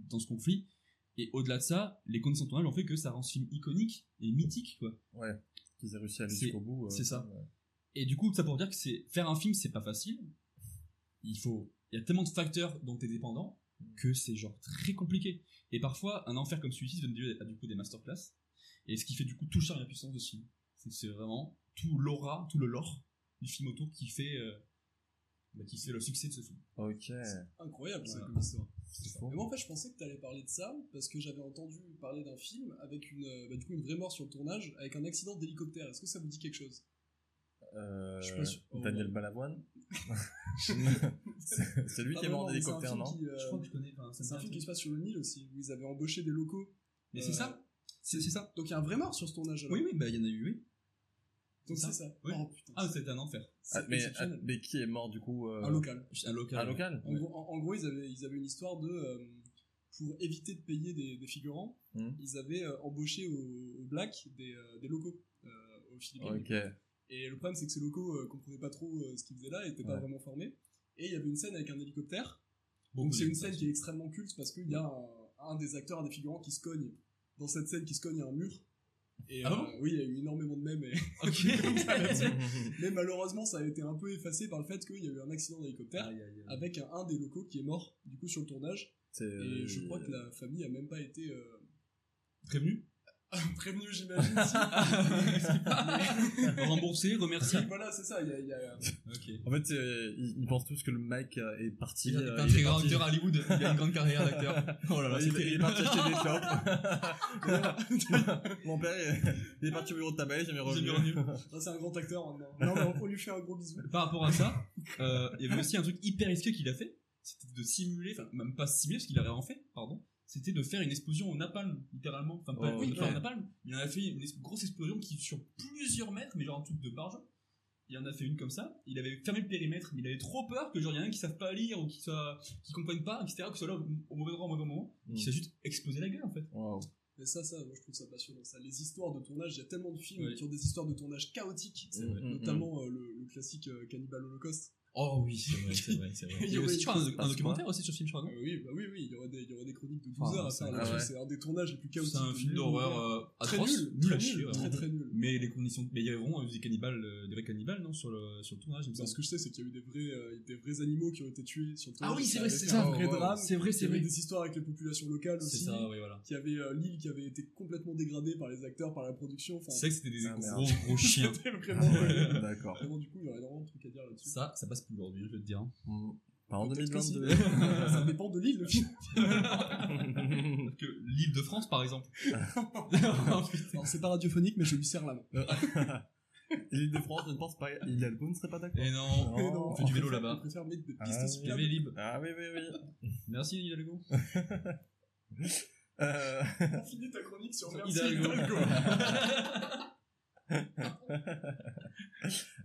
dans ce conflit. Et au-delà de ça, les conditions de tournage ont fait que ça rend ce film iconique et mythique, quoi. Ouais. Qu'ils aient réussi à aller C'est- jusqu'au bout. euh, c'est ça. ouais. Et du coup, ça pour dire que c'est faire un film, c'est pas facile. Il faut, il y a tellement de facteurs dont t'es dépendant que c'est genre très compliqué. Et parfois, un enfer comme celui-ci donne lieu à du coup des masterclass. Et ce qui fait du coup tout le charme et la puissance de ce film, c'est que c'est vraiment tout l'aura, tout le lore du film autour qui fait, euh, bah, qui fait le succès de ce film. Ok. hein. Incroyable, ça, Voilà. comme histoire. C'est fou. Mais moi, en fait, je pensais que t'allais parler de ça parce que j'avais entendu parler d'un film avec une, euh, bah, du coup, une vraie mort sur le tournage avec un accident d'hélicoptère. Est-ce que ça vous dit quelque chose Euh, Je suis pas sûr. Daniel Oh. Balavoine. c'est c'est lui qui est Ah, mort en non, mais c'est un hélicoptère, film bah non qui, euh, je crois que je connais, enfin, ça me C'est un dit film un qui truc. se passe sur le Nil aussi, où ils avaient embauché des locaux. Mais Euh, c'est ça? C'est, c'est ça? Donc il y a un vrai mort sur ce tournage. alors. Oui, oui, bah, il y en a eu, oui. Donc c'est c'est ça. Oui. Oh putain. Ah, c'est- c'était un enfer. Ah, c'est mais, exceptionnel. ah, mais qui est mort du coup euh, Un local. Un local. Un local En, gros, en- en gros, ils avaient, ils avaient une histoire de. euh, pour éviter de payer des, des figurants, Mhm. ils avaient euh, embauché au, au Black des, euh, des locaux euh, aux Philippines. Ok. Et le problème, c'est que ces locaux euh, comprenaient pas trop euh, ce qu'ils faisaient là, étaient pas Ouais. vraiment formés. Et il y avait une scène avec un hélicoptère. Beaucoup Donc c'est une d'hélicoptères. scène qui est extrêmement culte parce qu'il y a un, un des acteurs, un des figurants qui se cogne. Dans cette scène qui se cogne à un mur. Et Ah euh, bon oui, il y a eu énormément de mèmes. et- Ok. Mais malheureusement, ça a été un peu effacé par le fait qu'il y a eu un accident d'hélicoptère avec un, un des locaux qui est mort du coup sur le tournage. C'est- Et je crois que la famille a même pas été euh, Prévenu? prévenue, j'imagine. si. Remboursé, remercié. Oui, voilà, c'est ça. Il y a, il y a- Ok. En fait, euh, ils ils pensent tous que le mec euh, est parti. Il euh, est un il est très grand parti- acteur à Hollywood, il a une grande carrière d'acteur. Oh là Ouais, là, il, est- c'est il est terrible. parti acheter des clopes. Mon père, il- il est parti au bureau de tabac, j'ai mis J'ai revenu. bien revenu. Ah, c'est un grand acteur maintenant. Non, mais on- on lui fait un gros bisou. Par rapport à ça, euh, il y avait aussi un truc hyper risqué qu'il a fait, c'était de simuler, enfin même pas simuler, parce qu'il avait en fait, pardon, c'était de faire une explosion au napalm, littéralement. Enfin pas Oh, oui, ok. pas au napalm, il en a fait une es- grosse explosion qui sur plusieurs mètres, mais genre un truc de barge, il en a fait une comme ça, il avait fermé le périmètre, mais il avait trop peur que genre il y en a un qui savent pas lire ou qui, soit, qui comprennent pas, etc., que ce soit là au, au mauvais endroit, au mauvais moment, Mm. qui s'est juste explosé la gueule en fait. Wow. Mais ça, ça, moi je trouve ça passionnant. Ça, les histoires de tournage, il y a tellement de films Oui. qui ont des histoires de tournage chaotiques. Mm, Mmh, mm, Notamment euh, le, le classique euh, Cannibal Holocaust. Oh oui, c'est vrai, c'est vrai, c'est vrai. Il y a aussi, je crois, un, un documentaire aussi sur ce film, je crois. non Ah oui, bah oui, oui, il y aurait des, il y aurait des chroniques de 12 Ah, heures à c'est faire un- là-dessus. ah ouais. C'est un des tournages les plus chaotiques. C'est un film nuls d'horreur au monde. euh, Très atroce, nul, nul à très chier, nul, vraiment. très très nul. Mais les conditions, mais il y avait vraiment des cannibales, euh, des vrais cannibales, non, sur le sur le tournage. il me Parce que semble. ce que je sais, c'est qu'il y a eu des vrais, euh, des vrais animaux qui ont été tués sur le Ah tournage. avait fait ça. Un Ah vrai Oh, wow. drame. C'est vrai, Il y avait des histoires avec les populations locales C'est aussi. ça, oui, voilà. Qui avait euh, l'île qui avait été complètement dégradée par les acteurs, par la production. Enfin, C'est vrai que c'était des Ah, gros gros chiens. c'était vraiment. euh, D'accord. vraiment, du coup, il y aurait énormément de trucs à dire là-dessus. Ça, ça passe plus aujourd'hui, je veux te dire. hein. Mm. Par en Peut-être que si. 2022. ça dépend de l'île, le film. Que l'île de France, par exemple. Oh, Alors, c'est pas radiophonique, mais je lui serre la main. L'île de France, je ne pense pas. L'île d'Albon ne serait pas d'accord. Et Eh non, Non. on fait du vélo Je là-bas. préfère mettre des pistes Ah, Il y cyclables. avait libre. Ah oui, oui, oui. Merci Hidalgo. Euh, On finit ta chronique sur Merci Hidalgo. Hidalgo.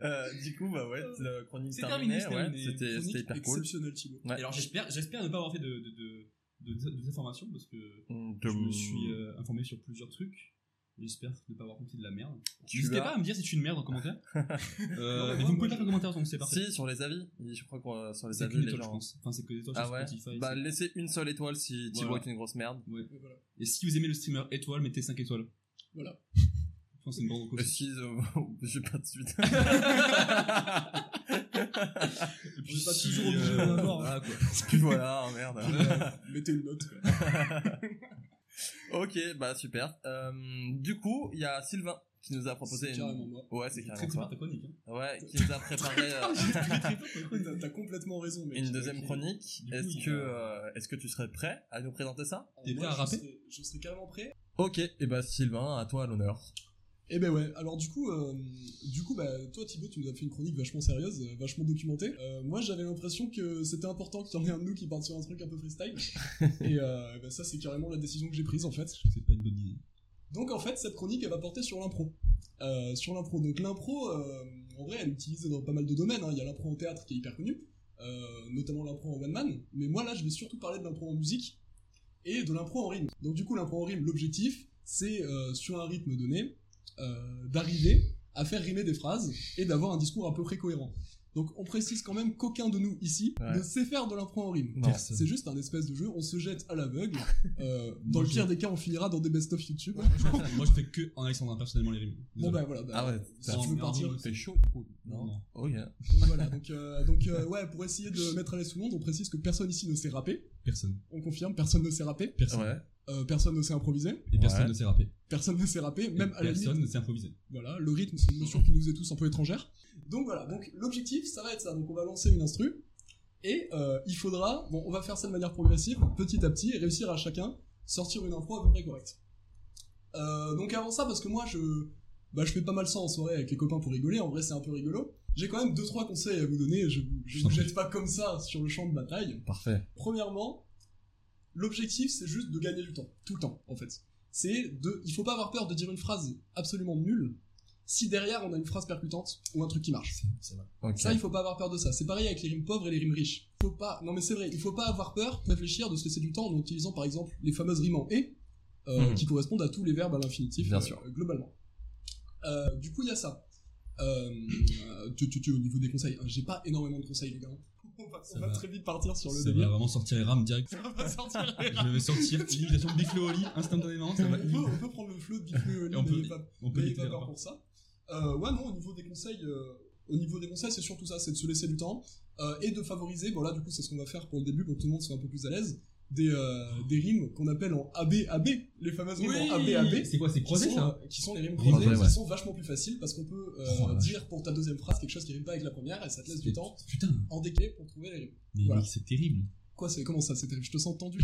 Euh, du coup, bah ouais, la chronique Euh, C'est terminée. terminé, c'est terminé. ouais, c'était Chronique c'était hyper cool. Exceptionnel, Thibaut. Ouais. Et alors j'espère, j'espère ne pas avoir fait de, de, de, de, de désinformation, parce que Je je me suis euh, informé sur plusieurs trucs. J'espère ne pas avoir compris de la merde. Tu N'hésitez as- pas à me dire si je suis une merde en commentaire. Non, mais moi, moi, euh, mais vous me pouvez pas faire de commentaire, donc c'est parfait. Si, sur les avis. Je crois que euh, sur les C'est que avis, des les étoiles, je gens. pense. Enfin, c'est que des étoiles Ah sur ouais Spotify. Bah, c'est- laissez une seule étoile si Thibaut Voilà. est une grosse merde. ouais. Et voilà. Et si vous aimez le streamer étoile, mettez 5 étoiles. Voilà. Je pense que c'est une grande Euh, cause. Si, euh, j'ai pas de suite. On est pas toujours euh, obligé de la voir. voilà, quoi. Puis euh, voilà, oh, merde. Mettez une note. quoi. ok, bah super. Euh, du coup, il y a Sylvain qui nous a proposé C'est une. carrément moi. Ouais, c'est Très Ah, carrément très toi. ta chronique. hein. Ouais, qui nous a préparé euh, T'as- T'as complètement raison, mec. une deuxième chronique. Du coup, Est-ce il que, va- euh, est-ce que tu serais prêt à nous présenter ça Alors, T'es moi, prêt à je rapper serais- Je serais carrément prêt. Ok, et bah Sylvain, à toi l'honneur. Eh ben ouais, alors du coup, euh, du coup bah, toi Thibaut, tu nous as fait une chronique vachement sérieuse, euh, vachement documentée. Euh, moi j'avais l'impression que c'était important qu'il y en ait un de nous qui parte sur un truc un peu freestyle. Et euh, bah, ça c'est carrément la décision que j'ai prise en fait. C'est pas une bonne idée. Donc en fait, cette chronique elle va porter sur l'impro. Euh, sur l'impro. Donc l'impro, euh, en vrai, elle est utilisée dans pas mal de domaines. hein. Il y a l'impro en théâtre qui est hyper connue, euh, notamment l'impro en one man. Mais moi là, je vais surtout parler de l'impro en musique et de l'impro en rythme. Donc du coup, l'impro en rythme, l'objectif, c'est euh, sur un rythme donné, euh, d'arriver à faire rimer des phrases et d'avoir un discours à peu près cohérent. Donc on précise quand même qu'aucun de nous ici Ouais. ne sait faire de l'impro en rythme. Non. C'est juste un espèce de jeu, on se jette à l'aveugle. Euh, dans le pire des cas, on finira dans des best-of YouTube. Moi je fais que en Alexandrin personnellement les rimes. hein. Bon Désolé. bah voilà, bah, Ah ouais, si t'as- tu veux merde, partir. ouais. C'est chaud. Non, non. Oh yeah. Donc voilà, donc, euh, donc euh, ouais, pour essayer de mettre à l'aise tout le monde, on précise que personne ici ne sait rapper. Personne. On confirme, personne ne sait rapper. Personne. Ouais. Euh, personne ne sait improviser. Et personne Ouais. ne s'est rappé. Personne ne sait rapper, même Et à la limite. Personne ne s'est improvisé. Voilà, le rythme, c'est une notion qui nous est tous un peu étrangère. Donc voilà, donc l'objectif, ça va être ça. Donc on va lancer une instru, et euh, il faudra, bon, on va faire ça de manière progressive, petit à petit, et réussir à chacun sortir une info à peu près correcte. Euh, donc avant ça, parce que moi, je, bah, je fais pas mal ça en soirée avec les copains pour rigoler, en vrai, c'est un peu rigolo. J'ai quand même deux trois conseils à vous donner, je je ne vous jette pas comme ça sur le champ de bataille. Parfait. Premièrement, l'objectif c'est juste de gagner du temps, tout le temps en fait. C'est de, il faut pas avoir peur de dire une phrase absolument nulle si derrière on a une phrase percutante ou un truc qui marche. Ok. Ça, il faut pas avoir peur de ça. C'est pareil avec les rimes pauvres et les rimes riches. Faut pas, non mais c'est vrai, il faut pas avoir peur de réfléchir, de se laisser du temps en utilisant par exemple les fameuses rimes en et euh, Mhm. qui correspondent à tous les verbes à l'infinitif Bien euh, sûr. euh, globalement. Euh, du coup, il y a ça. Euh, euh, tu, tu, tu, au niveau des conseils, hein, j'ai pas énormément de conseils les gars. On va, on Ça va va. très vite partir sur le ça délire. va vraiment sortir les rames direct. On va sortir les Je vais sortir l'imitation de Big Flo Oli instantanément. Ça va. on, peut, on peut prendre le flot de Disney, Et on peut- n'ayez pas, On peut n'ayez éviter pas les peur rapports. pour ça. Euh, ouais, non, au niveau des conseils, euh, au niveau des conseils, c'est surtout ça, c'est de se laisser du temps euh, et de favoriser. Bon là, du coup, c'est ce qu'on va faire pour le début, pour que tout le monde soit un peu plus à l'aise. Des, euh, des rimes qu'on appelle en ABAB, les fameuses rimes en ABAB. C'est quoi C'est Qui croisé sont, ça euh, qui sont les rimes Croisées, croisées, qui ouais. sont vachement plus faciles parce qu'on peut euh, Oh la vache. dire pour ta deuxième phrase quelque chose qui rime pas avec la première et ça te laisse du temps Putain, en décalé pour trouver les rimes. mais Voilà. mais c'est terrible. Quoi, c'est comment ça c'est terrible, Je te sens tendu.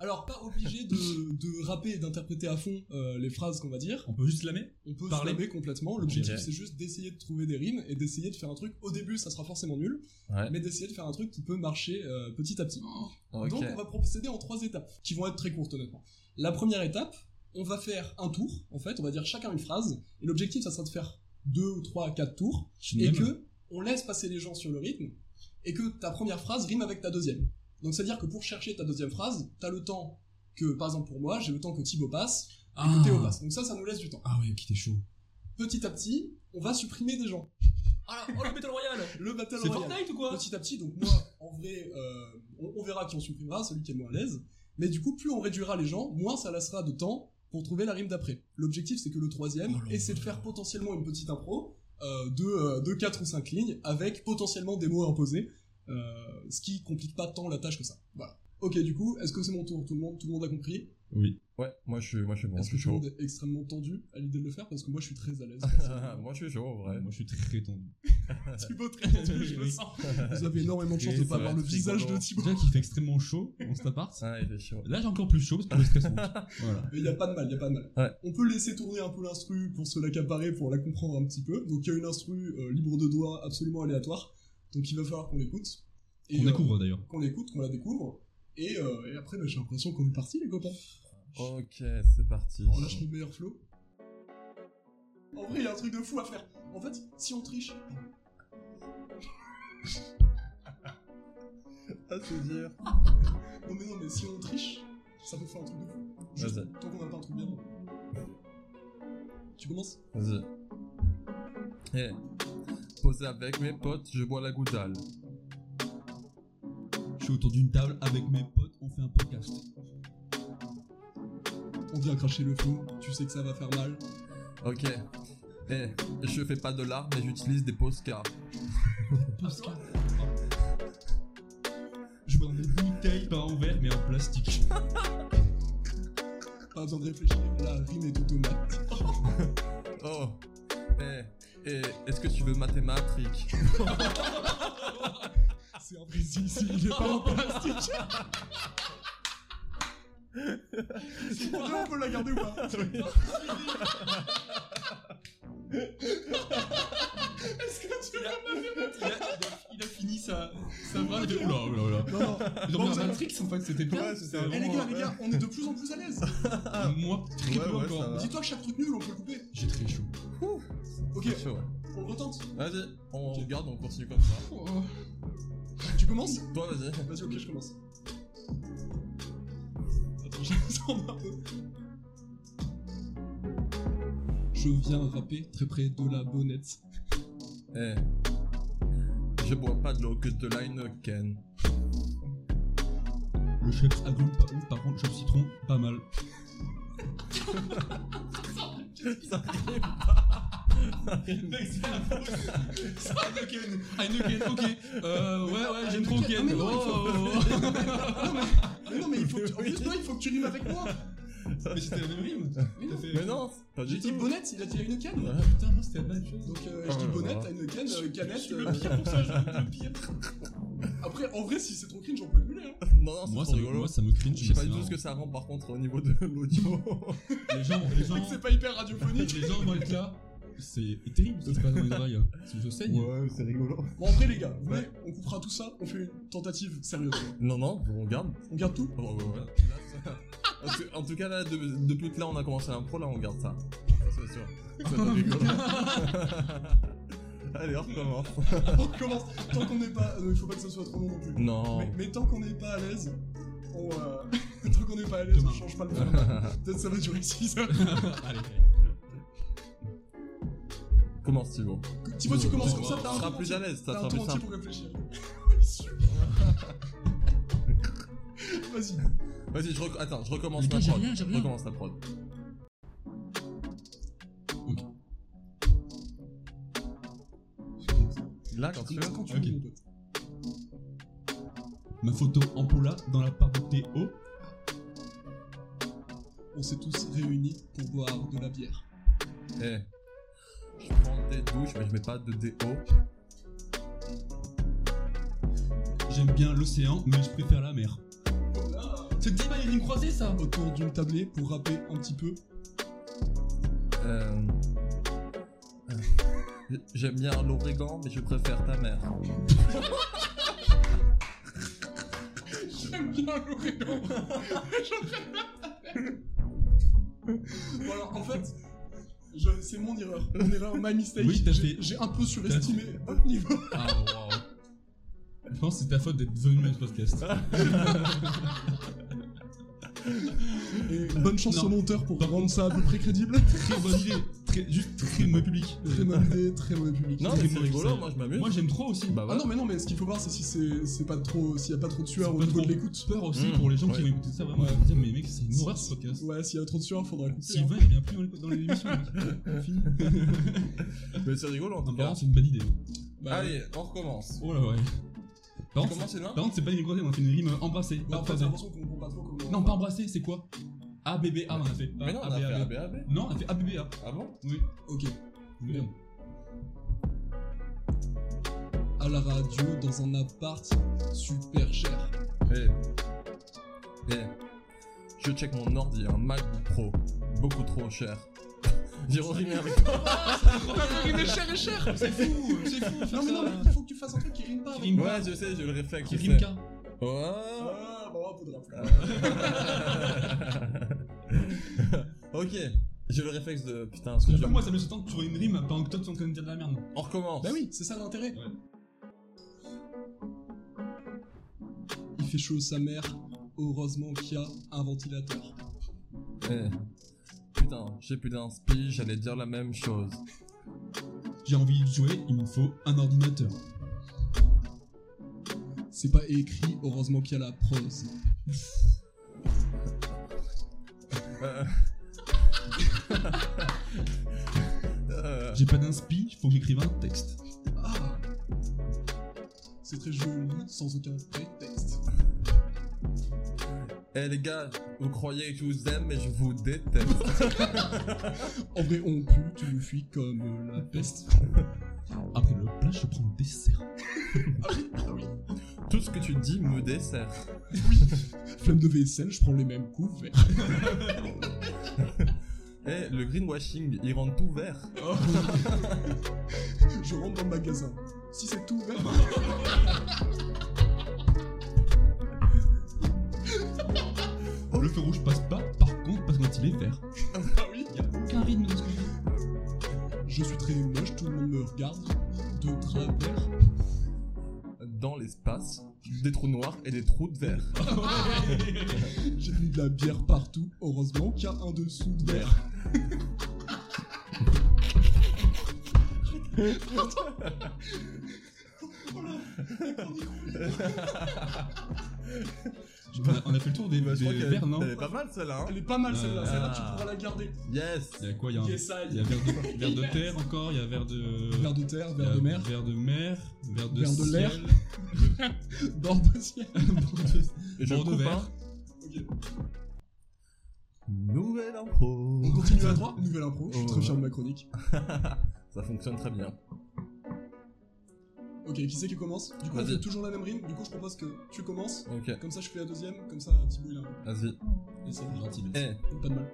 Alors, pas obligé de, de rapper et d'interpréter à fond euh, les phrases qu'on va dire. On peut juste la mettre On peut Parler. se laver complètement. L'objectif, Ok. c'est juste d'essayer de trouver des rimes et d'essayer de faire un truc. Au début, ça sera forcément nul, Ouais. mais d'essayer de faire un truc qui peut marcher euh, petit à petit. Ok. Donc, on va procéder en trois étapes, qui vont être très courtes, honnêtement. La première étape, on va faire un tour, en fait. On va dire chacun une phrase. Et l'objectif, ça sera de faire deux, ou trois, quatre tours et que on laisse passer les gens sur le rythme et que ta première phrase rime avec ta deuxième. Donc c'est à dire que pour chercher ta deuxième phrase, t'as le temps que, par exemple pour moi, j'ai le temps que Thibaut passe et que Théo passe. Donc ça, ça nous laisse du temps. Ah ouais, qui t'es chaud. Petit à petit, on va supprimer des gens. Oh le Battle Royale Le battle C'est royale. Fortnite ou quoi Petit à petit, donc moi, en vrai, euh, on, on verra qui on supprimera, celui qui est moins à l'aise. Mais du coup, plus on réduira les gens, moins ça laissera de temps pour trouver la rime d'après. L'objectif, c'est que le troisième, Oh là et c'est de faire potentiellement une petite impro euh, de, euh, de 4 ou 5 lignes, avec potentiellement des mots imposés, euh, ce qui complique pas tant la tâche que ça. Voilà. Ok, du coup, est-ce que c'est mon tour tout le, monde, tout le monde a compris Ouais, moi je suis, moi je suis bon. Est-ce je que suis tout le chaud. monde est extrêmement tendu à l'idée de le faire Parce que moi, je suis très à l'aise. moi je suis chaud, en vrai. Moi je suis très tendu. Thibaut, très tendu, je le Oui. sens. Vous avez énormément de chance de Ok, pas ça va avoir le être visage de rigolo. Thibaut. Déjà qu'il fait extrêmement chaud dans cet appart. Ah, il est chaud. Là j'ai encore plus chaud parce que le stress monte. Voilà. Mais il n'y a pas de mal, il a pas de mal. Ouais. On peut laisser tourner un peu l'instru pour se l'accaparer, pour la comprendre un petit peu. Donc il y a une instru euh, libre de doigts, absolument aléatoire. Donc il va falloir qu'on l'écoute. Et, On euh, découvre d'ailleurs. Qu'on l'écoute, qu'on la découvre. Et, euh, et après, bah, j'ai l'impression qu'on est parti, les copains. Ok, c'est parti. On lâche le meilleur flow. En vrai, il y a un truc de fou à faire. En fait, si on triche, Ah, c'est dur. non mais non, mais si on triche, ça peut faire un truc de fou. Juste, Vas-y. tant qu'on n'a pas un truc bien. Tu commences Vas-y. Eh. Posé avec mes potes, je bois la goudale. Je suis autour d'une table avec mes potes, on fait un podcast. On vient cracher le feu, tu sais que ça va faire mal. Ok. Eh, je fais pas de l'art, mais j'utilise des poscas. Parce que- Je bois des bouteilles, pas en verre, mais en plastique. Pas besoin de réfléchir, la rime est automatique. Oh. Eh. Eh, est-ce que tu veux mathématiques C'est un brésil, si il est pas en plastique. Si on veut, on peut la garder ou pas Est-ce que tu Il a, il a- il a- il a fini sa, sa brave de. Oula, oula, oula. Non, non. Ils ont Bon, mis un vous avez- Matrix, en fait, c'était pas. Ouais, c'était un Eh les bon, gars, euh, les gars, on est de plus en plus à l'aise. Moi, très Ouais, ouais, peu ça encore. va. Dis-toi que chaque truc nul, on peut le couper. J'ai très chaud. Ok, C'est chaud, ouais. on le retente. Vas-y, on regarde, on continue comme ça. Tu commences Toi, vas-y. Vas-y, ok, je commence. Attends, je sens un peu. Je viens rapper très près de la bonnette. Eh. Je bois pas de l'eau que de l'Heineken. Le chef agrume pas ouf, par contre, chef citron, pas mal. Heineken, Heineken, ok. Euh, ouais, ouais, j'aime trop Heineken, Heineken. non, mais non, Oh, oh, Ah, mais non, mais il faut que tu... en plus, toi, il faut que tu rimes avec moi. oh. Mais c'était la même rime. Mais non. T'as fait- Mais non, pas J'ai du dit tout. bonnette, il a dit une canne. Ouais. Putain, moi, c'était la même chose. Donc euh, je Oh dis là bonnette, là. une canne, euh, canette. le euh, pire pour ça, je le pire. Après, en vrai, si c'est trop cringe, on peut annuler. Hein. Non, non, Moi c'est ça, trop me, rigolo. moi, ça me cringe. Je sais mais pas c'est du tout marrant. ce que ça rend par contre au niveau de l'audio. Les gens, les gens, C'est pas hyper radiophonique. les gens vont être là. C'est terrible ce qui se passe dans les oreilles. hein. Je saigne. c'est rigolo. Bon, en vrai, les gars, vous voulez, on coupera tout ça, on fait une tentative sérieuse. Non, non, on garde. On garde tout Oh, ouais, ouais. Là, ça- Parce que, en tout cas, là, de- depuis que là on a commencé l'impro, là on garde ça. Ça, c'est sûr. Ça va être rigolo. Allez, on recommence. On commence. Tant qu'on n'est pas. euh, Il faut pas que ça soit trop long non plus. Non. Mais, mais tant qu'on n'est pas à l'aise, on. euh, tant qu'on n'est pas à l'aise, on Demain. change pas le format. Peut-être ça va durer 6 heures. Allez, allez. Commence, Thibaut. Thibaut, tu commences Ouais, comme ça, Tu t'as un seras tour plus entier- à l'aise, ça T'as un sera tour plus entier simple. pour réfléchir. Il est super. Vas-y. Vas-y, je rec- attends, je recommence Les la gars, j'ai prod. rien, j'ai Je rien. recommence la prod. Là, quand tu veux. Quand tu Ok. veux, mon pote. Ma photo en pola dans la part de Théo. On s'est tous réunis pour boire de la bière. Eh. Je prends des douches, mais je mets pas de déo. J'aime bien l'océan, mais je préfère la mer. C'est pas une ligne croisée ça Autour d'une tablée pour rapper un petit peu. Euh, euh, J'aime bien l'origan, mais je préfère ta mère. J'aime bien l'Orient. voilà, en fait, je- c'est mon erreur. Mon erreur, my mistake. Oui, t'as J'ai- fait- J'ai un peu surestimé votre niveau. Ah wow. Je pense que c'est ta faute d'être venu à ce podcast. Et bonne chance Non. au monteur pour rendre ça à peu près crédible. très bonne idée. Très, juste très mauvais public. Très bonne idée, très mauvais public. Non, C'est mais c'est bon, rigolo, ça. moi je m'amuse. Moi j'aime trop aussi. Bah Ah voilà. non mais non mais ce qu'il faut voir c'est si c'est c'est pas trop s'il y a pas trop de sueur C'est au pas niveau de trop. l'écoute. peur aussi Mmh, pour les gens ouais. qui vont écouter ça vraiment. ils vont dire, mais mec, c'est une horreur ce podcast. Ouais s'il y a trop de sueur faudra couper. hein. Sylvain il vient plus dans les- dans les émissions. mec. Fini. Mais c'est rigolo en Non, tout Par cas. contre, c'est une bonne idée. Bah, Allez, on recommence. hein. Oh là ouais. Par Tu contre, commences, Sylvain par contre, c'est pas une ligne croisée, on a fait une rime euh, embrassée. Ouais, pas en fait croisée. j'ai l'impression qu'on comprend pas trop comment. Non, pas embrassée, c'est quoi ABBA on a fait. Mais non, on Ah, a fait ABBA. ABAB. Non, on a fait ABBA. Ah bon Oui. Ok. Merde. À la radio dans un appart super cher. Eh. Eh. Je check mon ordi, un MacBook Pro. Beaucoup trop cher. J'ai rerimé avec cher et cher C'est fou, c'est fou. Non mais non mais il faut que tu fasses un truc qui rime pas. Qui avec- rime Ouais, je sais, je le réflexe. Qui je rime sais. K. Oh. Ah, bah, on voudra plus. ok. J'ai le réflexe de putain, ce que Surtout j'aime. moi, ça me fait tant sur une rime pendant que toi, tu es en train de dire de la merde. On recommence. Bah oui, c'est ça l'intérêt. Ouais. Il fait chaud sa mère. Heureusement qu'il y a un ventilateur. Eh. Putain, j'ai plus d'inspi, j'allais dire la même chose. J'ai envie de jouer, il me faut un ordinateur. C'est pas écrit, heureusement qu'il y a la prose. Euh. Euh, J'ai pas d'inspi, faut que j'écrive un texte. Ah C'est très joli, sans aucun prétexte. Eh les gars, vous croyez que je vous aime, mais je vous déteste. En vrai, on pue, tu me fuis comme euh, la peste. Après le plat, je prends le dessert. Tout ce que tu dis me dessert. Flamme de vaisselle, je prends les mêmes couverts. Eh, le greenwashing, il rend tout vert. Je rentre dans le magasin. Si c'est tout ouvert. Le feu rouge passe pas, par contre, parce que quand il est vert. Ah oui, y a aucun rythme de ce que je dis. Je suis très moche, tout le monde me regarde de travers. Dans l'espace, des trous noirs et des trous de verre. J'ai mis de la bière partout, heureusement qu'il y a un dessous de verre. On a, on a fait le tour des, Bah, je des crois qu'elle verres, non elle est pas mal celle-là. hein. Ah. Elle est pas mal celle-là, Ah. celle-là tu pourras la garder. Yes. Il y a quoi Il y a, un- Yes, I. il y a verre de, verre de terre encore, il y a verre de. Verre de terre, il y a verre de mer, Verre de mer, verre de Verre de ciel. l'air. bord de ciel. Et je Bord de coupe, verre. hein. Nouvelle impro. On continue à droite, nouvelle impro, je suis Oh. très fier de ma chronique. Ça fonctionne très bien. Ok, qui c'est qui commence Du coup, on Vas-y. fait toujours la même rime, du coup, je propose que tu commences, Ok, comme ça je fais la deuxième, comme ça Thibaut il a un peu. vas-y. Et c'est Gentil, merci. Eh, pas de mal.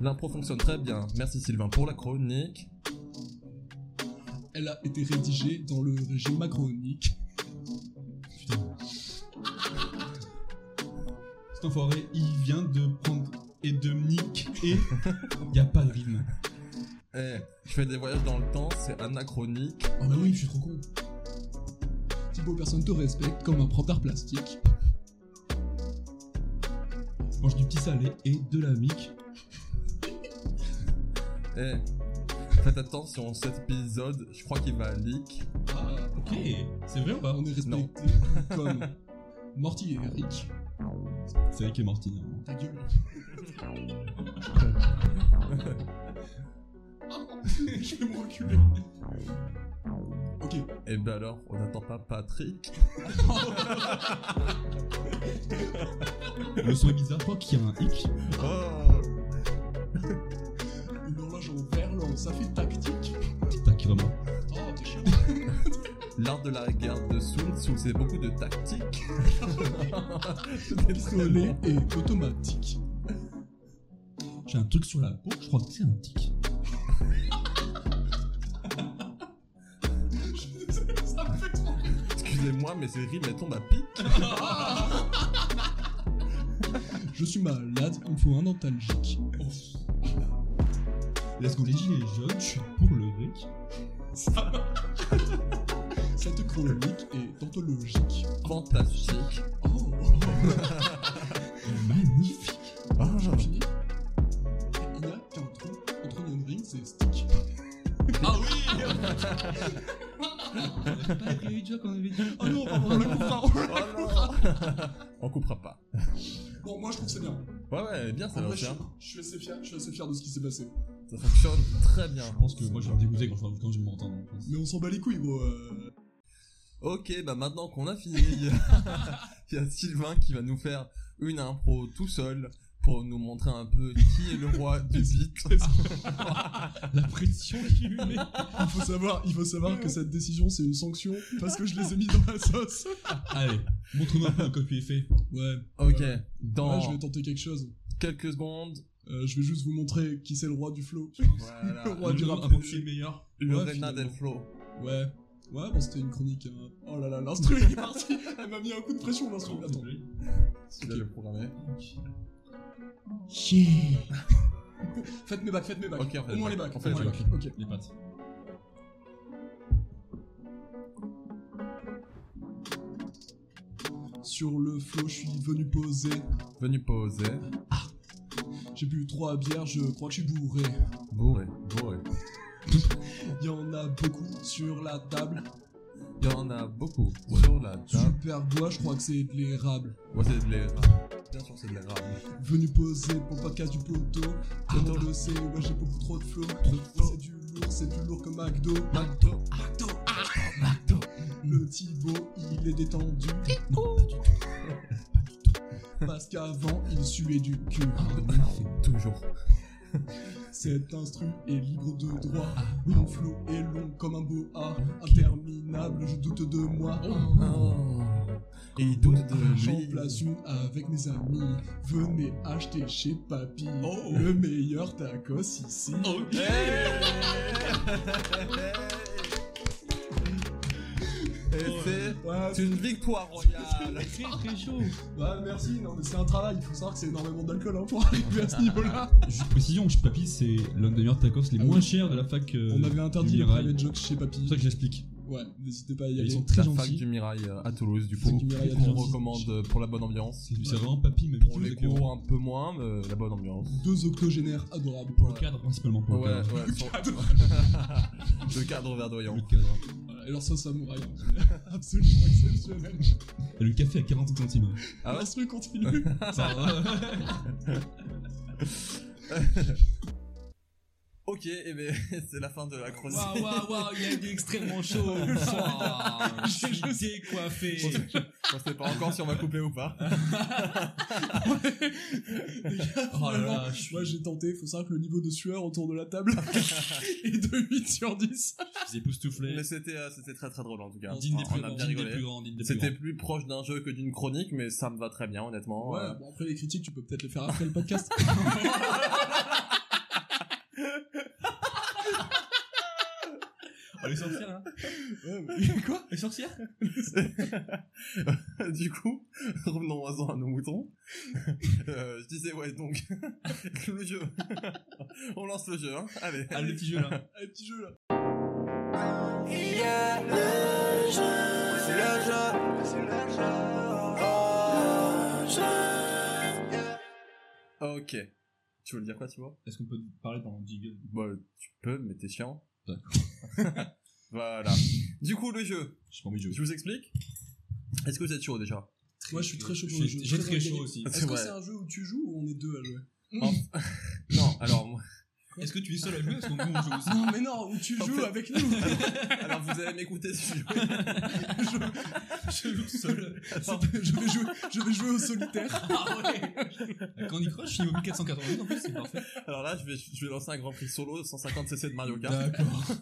l'impro fonctionne très bien. Merci Sylvain pour la chronique. Elle a été rédigée dans le régime macronique. Cet enfoiré, il vient de prendre et de nick et il y a pas de rythme. Eh, je fais des voyages dans le temps, c'est anachronique. Ah bah oui, je suis trop con. Thibaut, personne te respecte comme un prof d'art plastique. Je mange du petit salé et de la mic. Eh, faites attention, cet épisode, je crois qu'il va leak. Ah, Ok, c'est vrai ou pas on est Non. respecté comme Morty et Eric. C'est vrai qu'il est morti. normalement. Ta gueule. je vais me reculer. Ok, Et ben alors, on n'attend pas Patrick. Le son est bizarre, je crois qu'il y a un hic. Oh, une horloge en verlan, ça fait tactique. Tic-tac, vraiment. Oh, t'es chiant. l'art de la guerre de Sun Tzu, c'est beaucoup de tactique. C'était très Pistolet bon. et automatique. J'ai un truc sur la peau, je crois que c'est un tic. ça me fait trop rire. Excusez-moi, mais ces rimes, elles tombent à pic. Je suis malade, il me faut un antalgique. Let's go les gilets jaunes, je suis pour le brick. Cette chronique est anthologique. Fantastique. Oh, Magnifique. Ah, j'en finis. Il n'y a qu'un trou entre Onion Rings et Stick. Pas prévu de joke, on avait dit. Oh non, on le comprend. Oh non On coupera pas. Bon, moi je trouve que c'est bien. Ouais, ouais, bien ça En va vrai, je, bien. je suis assez fier, je suis assez fier de ce qui s'est passé. Ça fonctionne très bien. Je pense que moi je vais me dégoûter quand je vais- quand je vais m'entendre. en fait. Mais on s'en bat les couilles, gros. euh. Ok, bah maintenant qu'on a fini, il y a- il y a Sylvain qui va nous faire une impro tout seul pour nous montrer un peu qui est le roi du beat. La pression qu'il met. Il faut savoir, il faut savoir que cette décision c'est une sanction parce que je les ai mis dans la sauce. Allez, montre-nous un peu un copie effet. Ouais. Ok, ouais. Ouais, je dans vais tenter quelque chose. quelques secondes, Euh, je vais juste vous montrer qui c'est le roi du flow. voilà, Le On roi du dira rap. un peu qui est meilleur. le Ouais, Reina finalement. del Flow. Ouais. Ouais, bon, c'était une chronique. hein. Oh là là, l'instru il est parti. Elle m'a mis un coup de pression, l'instru. Attends. Attends. Tu l'as le programmé. Faites mes bacs, faites mes bacs. Ok, on fait au moins les les bacs, bacs. on fait au moins les les bacs. Ok. Les pattes. Sur le flot, je suis venu poser. Venu poser. J'ai bu trois bières, je crois que je suis bourré. Bourré, bourré. Il y en a beaucoup sur la table. Il y en a beaucoup sur la table. Super bois, je crois que c'est de l'érable. Ouais, c'est de l'érable. Bien sûr, c'est de l'érable. Venu poser pour le podcast du poteau. Tout le monde le sait, ouais, j'ai beaucoup trop de flow. C'est du lourd, c'est du lourd comme McDo. McDo, McDo, ah, McDo. Le Thibaut, il est détendu. Non, pas du tout. Pas du tout. Ah, Parce qu'avant, il suait du cul. toujours. Cet instru est libre de droit. Ah. Mon flot est long comme un boa. Interminable, je doute de moi. Oh. Et il doute de J'en lui. place une avec mes amis. Venez acheter chez Papy Oh. le meilleur tacos ici. Et Oh. Ouais, c'est une victoire royale. Très très chaud. bah, merci, non mais c'est un travail. Il faut savoir que c'est énormément d'alcool hein, pour arriver à ce niveau-là. Juste précision, chez Papy, c'est l'un des meilleurs tacos les Ah moins oui. chers de la fac. euh, On avait interdit du les Mirail. private jokes chez C'est Papy. pour ça que j'explique. Ouais, n'hésitez pas à y Ils aller. sont La très fac gentils. du Mirail euh, à Toulouse, du Fac coup, du Mirail à qu'on Toulouse. recommande euh, pour la bonne ambiance. C'est c'est vraiment Papy, mais Pour plutôt les des gros- cours un peu moins, mais la bonne ambiance. Deux octogénaires adorables. Pour le cadre, principalement pour Ouais, le ouais. cadre. sans- Le cadre verdoyant. Le cadre. Voilà, Et leur sauce samouraï. Absolument exceptionnel. Et le café à 40 centimes. Ah ouais L'instru continue. Ça va. Ok, et ben c'est la fin de la chronique. Waouh, waouh, waouh, il a été extrêmement chaud. Oh, Waouh, Je suis décoiffé. On sait pas encore si on va couper ou pas. Oh là Vraiment, là, je suis- Moi j'ai tenté, faut savoir que le niveau de sueur autour de la table est de 8 sur 10. Je suis époustouflé. Mais c'était euh, c'était très très drôle en tout cas. Digne des On plus a grands, bien digne des rigolé. plus grands, digne des plus C'était grands. plus proche d'un jeu que d'une chronique, mais ça me va très bien honnêtement. Ouais, Euh, bon après les critiques, tu peux peut-être les faire après le podcast. Ah, Oh, les sorcières, là Ouais, mais- Quoi Les sorcières du coup, revenons-en à nos moutons. Euh, je disais, ouais, donc, le jeu. On lance le jeu, hein. Allez. Ah, le petit jeu, là. Un petit jeu là. Oh Il y a le jeu, c'est le jeu, c'est le jeu. Oh, le jeu. Ok. Tu veux le dire quoi, tu vois Est-ce qu'on peut parler pendant Jiggle Bah, tu peux, mais t'es chiant. D'accord. voilà. Du coup, le jeu. J'ai pas envie de jouer. Je vous explique. Est-ce que vous êtes chaud déjà Moi je suis très chaud pour J'ai- le jeu. J'ai très engagé. chaud aussi. Est-ce que Ouais. c'est un jeu où tu joues ou on est deux à jouer Non, alors, moi- Est-ce que tu es seul à jouer Est-ce qu'on nous, on joue aussi Non mais non, où tu En joues fait- avec nous alors vous allez m'écouter si je Je joue seul. je, vais jouer, je vais jouer au solitaire. Ah ouais Candy Crush, je suis niveau 1492 en plus, c'est parfait. Alors là, je vais, je vais lancer un Grand Prix solo 150cc de Mario Kart D'accord.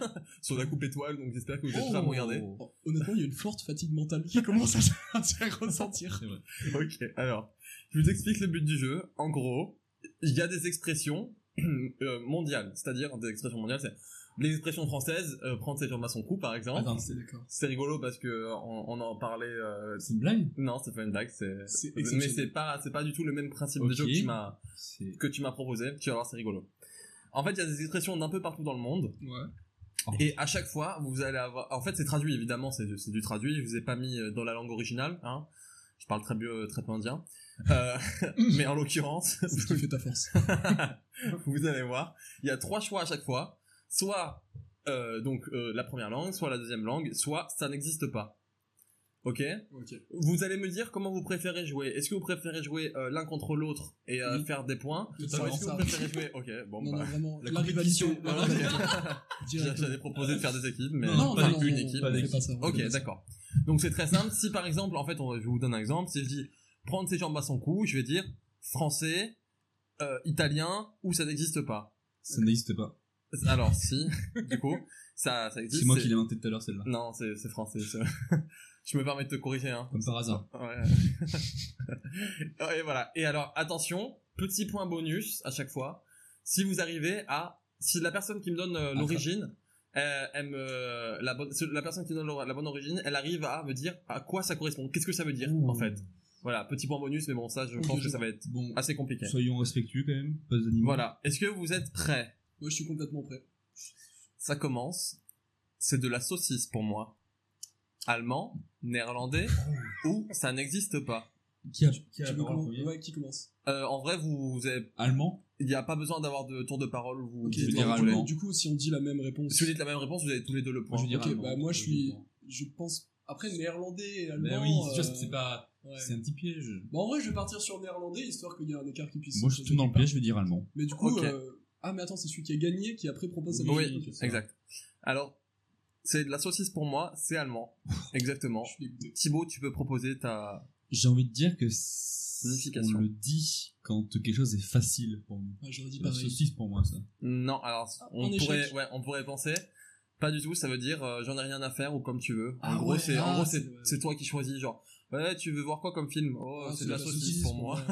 sur la coupe étoile, donc j'espère que vous êtes prêts à me regarder. Oh, Honnêtement, il y a une forte fatigue mentale qui commence à se à se faire ressentir. C'est vrai. Ok, alors, je vous explique le but du jeu. En gros, il y a des expressions euh, mondiales, c'est-à-dire des expressions mondiales, c'est les expressions françaises, euh, prendre ses jambes à son cou par exemple. Attends, C'est d'accord. C'est rigolo parce que euh, on, on en parlait. euh, c'est une blague Non, c'est pas une blague, c'est. C'est Mais c'est exceptionnel. pas, c'est pas du tout le même principe de Ok. jeu que tu m'as, C'est. que tu m'as proposé. Tu vas voir, c'est rigolo. En fait, il y a des expressions d'un peu partout dans le monde. Ouais. Et à chaque fois, vous allez avoir. En fait, c'est traduit évidemment, c'est du, c'est du traduit. Je vous ai pas mis euh, dans la langue originale. Hein. Je parle très peu, très peu indien. Euh, mais en l'occurrence, C'est ce qui fait ta force. vous allez voir, il y a trois choix à chaque fois. Soit euh, donc euh, la première langue, soit la deuxième langue, soit ça n'existe pas. Ok. Ok. Vous allez me dire comment vous préférez jouer. Est-ce que vous préférez jouer euh, l'un contre l'autre et euh, Oui. faire des points Ou Totalement. est-ce que vous Ça. préférez jouer Ok, bon Non, non, bah. vraiment, La la, rivalité. compétition. la Voilà, rivalité j'ai- directe. J'avais proposé de faire des équipes, mais Non, non, pas non, une on- équipe. on pas fait d'équipe. pas ça, on Ok, fait pas ça. d'accord. Donc c'est très simple. Si par exemple, en fait, on, je vous donne un exemple. Si je dis prendre ses jambes à son cou, je vais dire français, euh, italien ou ça n'existe pas. Ça n'existe pas. Alors si, du coup, ça, ça existe. C'est moi qui l'ai inventé tout à l'heure celle-là. Non, c'est c'est français. ça. je me permets de te corriger. Hein. Comme par hasard. Ouais. et voilà. Et alors, attention, petit point bonus à chaque fois. Si vous arrivez à, si la personne qui me donne euh, l'origine, euh, elle me- la bonne, la personne qui me donne la bonne origine, elle arrive à me dire à quoi ça correspond, qu'est-ce que ça veut dire en fait. Voilà, petit point bonus, mais bon, ça, je Ok, pense que je ça vois. va être Bon, assez compliqué. soyons respectueux quand même, pas d'animaux. Voilà. Est-ce que vous êtes prêts Moi, je suis complètement prêt. Ça commence. C'est de la saucisse pour moi. Allemand, néerlandais, ou ça n'existe pas. Qui a, qui Qui, a la veut parole en commen- premier ouais, qui commence Euh, en vrai, vous, vous avez- Allemand il n'y a pas besoin d'avoir de tour de parole. Vous Ok, dites je vais quand dire vous voulez. allemand. Du coup, si on dit la même réponse. Si vous dites la même réponse, vous avez tous les deux le point. Moi, je veux dire Ok, allemand. bah, moi, je suis- Allemand. Je pense. Après, néerlandais et allemand. Bah oui, c'est sûr, euh, c'est pas. ouais. C'est un petit piège. Bah, en vrai, je vais partir sur néerlandais histoire qu'il y ait un écart qui puisse. Moi, je se suis dans le poser. piège, je vais dire allemand. Mais du coup. Ok. euh, Ah, mais attends, c'est celui qui a gagné qui après propose sa Oui, version. Oui, exact. Alors, c'est de la saucisse pour moi, c'est allemand. Exactement. Je suis dégoûté. Thibaut, tu peux proposer ta... J'ai envie de dire que si Signification. on le dit quand quelque chose est facile pour nous. Ah, J'aurais dit C'est la pareil. saucisse pour moi, ça. Non, alors, Ah, on en échec. pourrait, ouais, on pourrait penser. Pas du tout, ça veut dire euh, j'en ai rien à faire ou comme tu veux. En Ah gros, ouais, c'est en ah, gros, c'est- c'est- ouais. c'est toi qui choisis, genre, ouais, tu veux voir quoi comme film Oh, Ah, c'est de la saucisse, pour moi.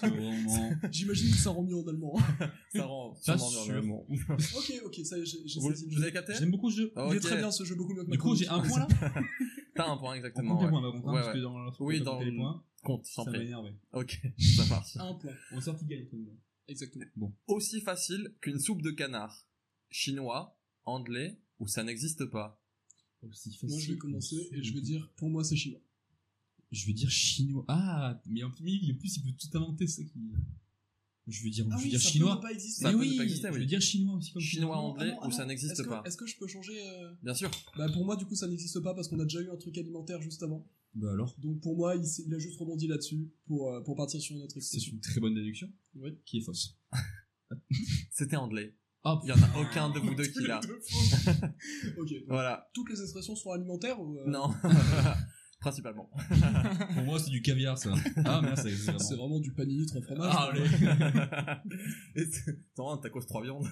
C'est vraiment- J'imagine que ça rend mieux en allemand. hein. ça rend Pas sûrement bien sûr. le mot. ok, ok, ça y est, j'ai j'ai Vous, saisi. vous avez capté J'aime beaucoup ce jeu. Il est Ok. très bien ce jeu, beaucoup mieux que ma Du coup, j'ai un chronique. point là T'as un point On exactement. compte ouais. les points, par contre, hein, Ouais, parce que ouais. dans la Oui, on compte dans- les points, Compte, sans ça prix. m'énerve. Ok, ça marche. Un point, On sort qui gagne. exactement. Aussi facile qu'une soupe de canard. Chinois, anglais ou ça n'existe pas. Moi, je vais commencer et je vais dire, pour moi, c'est chinois. Je vais dire chinois. Ah, mais en plus, en plus, il peut tout inventer, ça qui. Je vais dire, je vais dire Ah ça peut chinois. ne pas exister. Ça mais peut ne oui, pas exister, je oui. vais dire chinois aussi. Comme Chinois, Non, anglais ah non, ou ah ça non, est-ce n'existe que- pas. Est-ce que je peux changer euh, Bien sûr. Bah pour moi du coup ça n'existe pas parce qu'on a déjà eu un truc alimentaire juste avant. Bah alors, Donc pour moi il, s'est- il a juste rebondi là-dessus pour, euh, pour partir sur une autre c'est exception. une très bonne déduction Ouais. qui est fausse. C'était anglais. Ah, Il y en a aucun de vous deux qui l'a. ok. donc, Voilà. toutes les expressions sont alimentaires ou euh, Non. Principalement. pour moi, c'est du caviar, ça. Ah, merde, ça existe C'est vraiment. vraiment du panini trois fromages. Ah, allez. Et c'est- t'en rends un tacos trois viandes.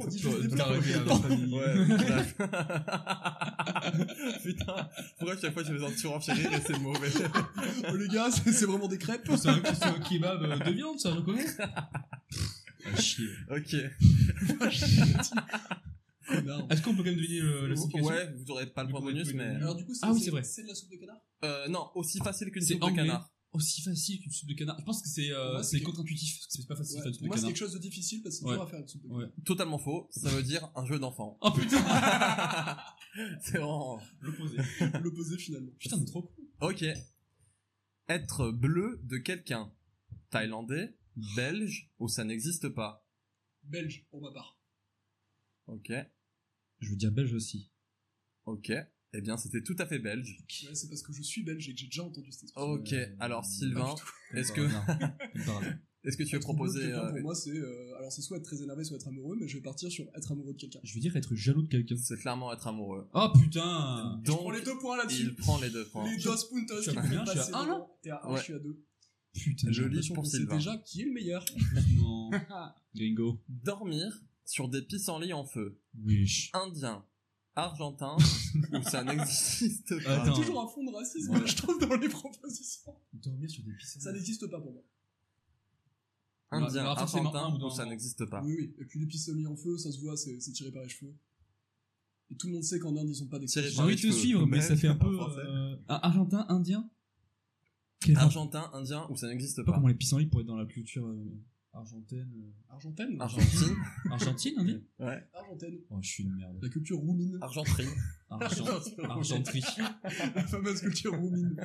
On dit juste des T'as plats. arrêté Non. avant. Ouais, Putain, pourquoi chaque fois je vais en surenchérir et c'est mauvais Oh, les gars c'est c'est vraiment des crêpes. C'est un, c'est un kebab euh, de viande, ça, je connais. Ah, chier. Ok. Connard. Est-ce qu'on peut quand même deviner le- la situation Ouais, vous aurez pas le Du point coup, bonus, oui, mais. oui. Alors du coup Ah oui, c'est vrai. C'est de la soupe de canard. Euh, non, aussi facile qu'une C'est soupe de anglais. canard. Aussi facile qu'une soupe de canard. Je pense que c'est Pour euh, moi, c'est c'est quelque- contre-intuitif. parce que C'est pas facile de Ouais, faire une pour soupe de moi c'est canard. quelque chose de difficile parce que c'est Ouais. dur à faire une soupe de canard. Ouais. Totalement faux, ça veut dire un jeu d'enfant. Oh putain c'est vraiment. L'opposé. L'opposé finalement. Putain, c'est trop cool. Ok. Être bleu de quelqu'un. Thaïlandais, belge ou ça n'existe pas. Belge pour ma part. Ok, Je veux dire belge aussi. ok. Eh bien, c'était tout à fait belge. Ouais c'est parce que je suis belge et que j'ai déjà entendu cette expression. Ok, Euh, alors pas Sylvain, Bah, Bah, est-ce que, que. est-ce que tu veux Être amoureux de proposer... quelqu'un, euh, pour moi c'est euh, alors c'est soit être très énervé soit être amoureux mais je vais partir sur être amoureux de quelqu'un. Je veux dire être jaloux de quelqu'un. C'est clairement être amoureux. Oh putain Pour Donc, les deux points là-dessus. il prend les deux points. Les Je- dos puntos je qui suis à combien peuvent Je suis à passer un, devant. T'es à 1, Ouais. je suis à 2. Putain, Je lis. joli. pour On sait Sylvain. déjà qui est le meilleur. Non. Gringo. Dormir sur des pissenlits en feu. Wesh. Indien, argentin, ou ça n'existe pas. Attends. Toujours un fond de racisme Ouais. je trouve dans les propositions. Dormir sur des pissenlits. Ça n'existe pas pour moi. Il y en Indien, aura forcément argentin, un ou deux ou ça enfants. n'existe pas. Oui oui et puis les pistolets en feu ça se voit c'est c'est tiré par les cheveux. Et tout le monde sait qu'en Inde ils ont pas Tiré d'expression. J'ai envie de te Pareil, je suivre, peux- mais ça fait un peu. Français. euh, un Argentin, indien Quel rapport- Argentin, indien, ou ça n'existe Je sais pas pas. comment les pissenlits pourraient être dans la culture euh, argentaine. euh, Argentine Argentine, Argentine, on dit Argentine. Oh, je suis une merde. La culture roumine. argenterie. Argent... Argenterie. La fameuse culture roumine.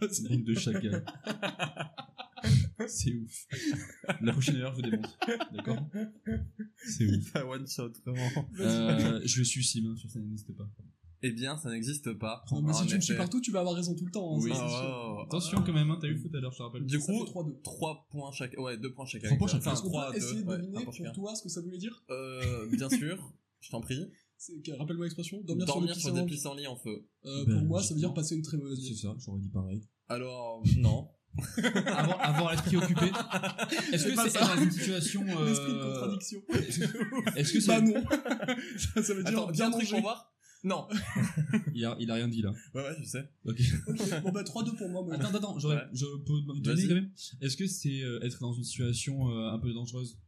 Bande de chacals. C'est ouf. La prochaine heure, je vous démonte. D'accord C'est ouf. Pas one shot, vraiment. Euh, je le suis, Simon, sur ça n'existe pas. Eh bien, ça n'existe pas. Non, mais En si tu me suis effet. partout, tu vas avoir raison tout le temps. hein, Oui. ça, c'est sûr. Oh. Attention quand même, hein, t'as eu foot à l'heure, je te rappelle. Du Ça fait coup, 3-2. 3 points chaque. Ouais, 2 points chacun. Trois points chacun. Enfin, Est-ce qu'on peut 3 2. essayer de deviner pour toi ce que ça voulait dire Euh, bien sûr, je t'en prie. C'est- que- Rappelle-moi l'expression. Dormir, Dormir, sur des pissenlits. pissenlits en feu. Euh, Ben, Pour moi, ça veut dire justement. passer une très mauvaise C'est vie. ça, j'aurais dit pareil. Alors, non. Avoir, avoir l'esprit occupé. Est-ce C'est que pas c'est ça. dans une situation. euh, L'esprit de contradiction. Est-ce que Bah c'est. non Ça ça veut dire Attends, dis bien un truc manger. pour voir Non. Il a, il a rien dit là. Ouais, ouais, je sais. Ok. Ok, Bon bah 3-2 pour moi. moi. Attends, attends, attends, j'aurais- Ouais. je peux me Vas-y. donner quand même. Est-ce que c'est euh, être dans une situation euh, un peu dangereuse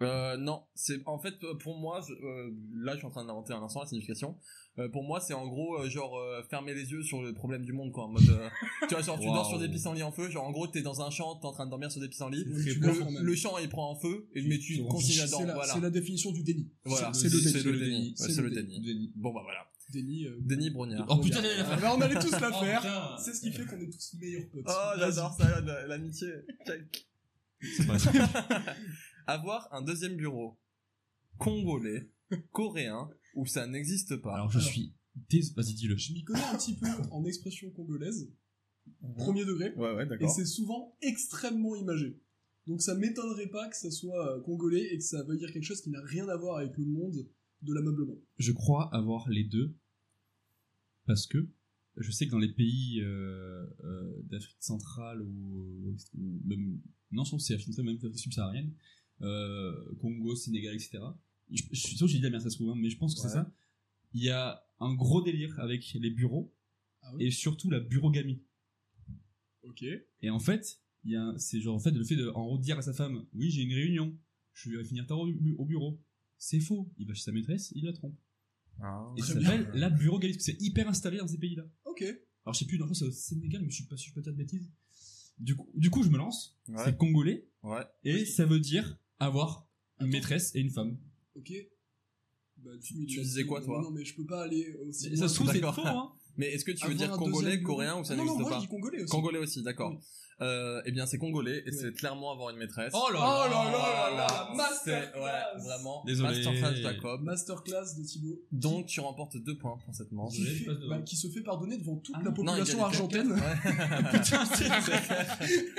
Euh, non, c'est en fait euh, pour moi, je- euh, là je suis en train d'inventer un instant la signification. Euh, pour moi, c'est en gros euh, genre euh, fermer les yeux sur le problème du monde quoi. En mode, euh, tu vois, genre tu dors sur des pissenlits en feu, genre en gros t'es dans un champ, t'es en train de dormir sur des pissenlits. Ouais, tu dors quand Le, même. le champ il prend en feu et mais tu C'est continues à la- dormir. Voilà. C'est la définition du déni. Voilà. C'est le déni. C'est le déni. Ouais, c'est le déni. déni. Bon bah voilà. Déni. euh, Denis Brognard. Oh putain, regarde. j'allais la faire. Ah, bah, on allait tous la Oh, faire. putain. C'est ce qui fait qu'on est tous meilleurs potes. Oh, j'adore ça, la- l'amitié. Check. Avoir un deuxième bureau congolais, coréen, où ça n'existe pas. Alors je suis. dés- Vas-y, dis-le. Je m'y connais un petit peu en expression congolaise, Mhm. premier degré, Ouais, ouais, et d'accord. c'est souvent extrêmement imagé. Donc ça m'étonnerait pas que ça soit euh, congolais et que ça veuille dire quelque chose qui n'a rien à voir avec le monde de l'ameublement. Je crois avoir les deux parce que je sais que dans les pays euh, euh, d'Afrique centrale ou, ou même non, je trouve que c'est Afrique centrale, même Afrique subsaharienne, euh, Congo, Sénégal, etc. Je, je suis sûr que j'ai dit la merde, ça se trouve, hein, mais je pense que Ouais. c'est ça. Il y a un gros délire avec les bureaux Ah oui et surtout la bureaugamie. Ok. Et en fait, il y a, c'est genre en fait le fait de en gros dire à sa femme, oui j'ai une réunion, je vais finir tard au, bu- au bureau. C'est faux. Il va chez sa maîtresse, il la trompe. Ah. Hein, Et ça s'appelle la bureaugamie. parce que C'est hyper installé dans ces pays-là. Ok. Alors je sais plus, dans le fond, c'est au Sénégal, mais je suis pas sûr, je peux pas dire de bêtises. Du coup, du coup je me lance. Ouais. C'est congolais Ouais. et ça veut dire avoir une maîtresse et une femme. Ok. Bah, Tu tu l'as disais dit, quoi, euh, toi Non, mais je peux pas aller aussi. ça loin. se trouve c'est d'accord. faux hein. Mais est-ce que tu veux Avoir dire un congolais, deuxième coréen bureau. ou ça Non, non, n'existe moi, pas je dis congolais aussi. Congolais aussi, d'accord. Oui. Euh, eh bien, c'est congolais et c'est Ouais. clairement avoir une maîtresse. Oh là Oh là. là là là là C'est- Masterclass Ouais, vraiment. Désolé. Masterclass Jacob. Masterclass de Thibaut. Donc, tu remportes deux points pour cette manche. Qui, Désolé, fait- passe devant. bah, qui se fait pardonner devant toute Ah la non. Non, population égalité. argentaine. Ouais.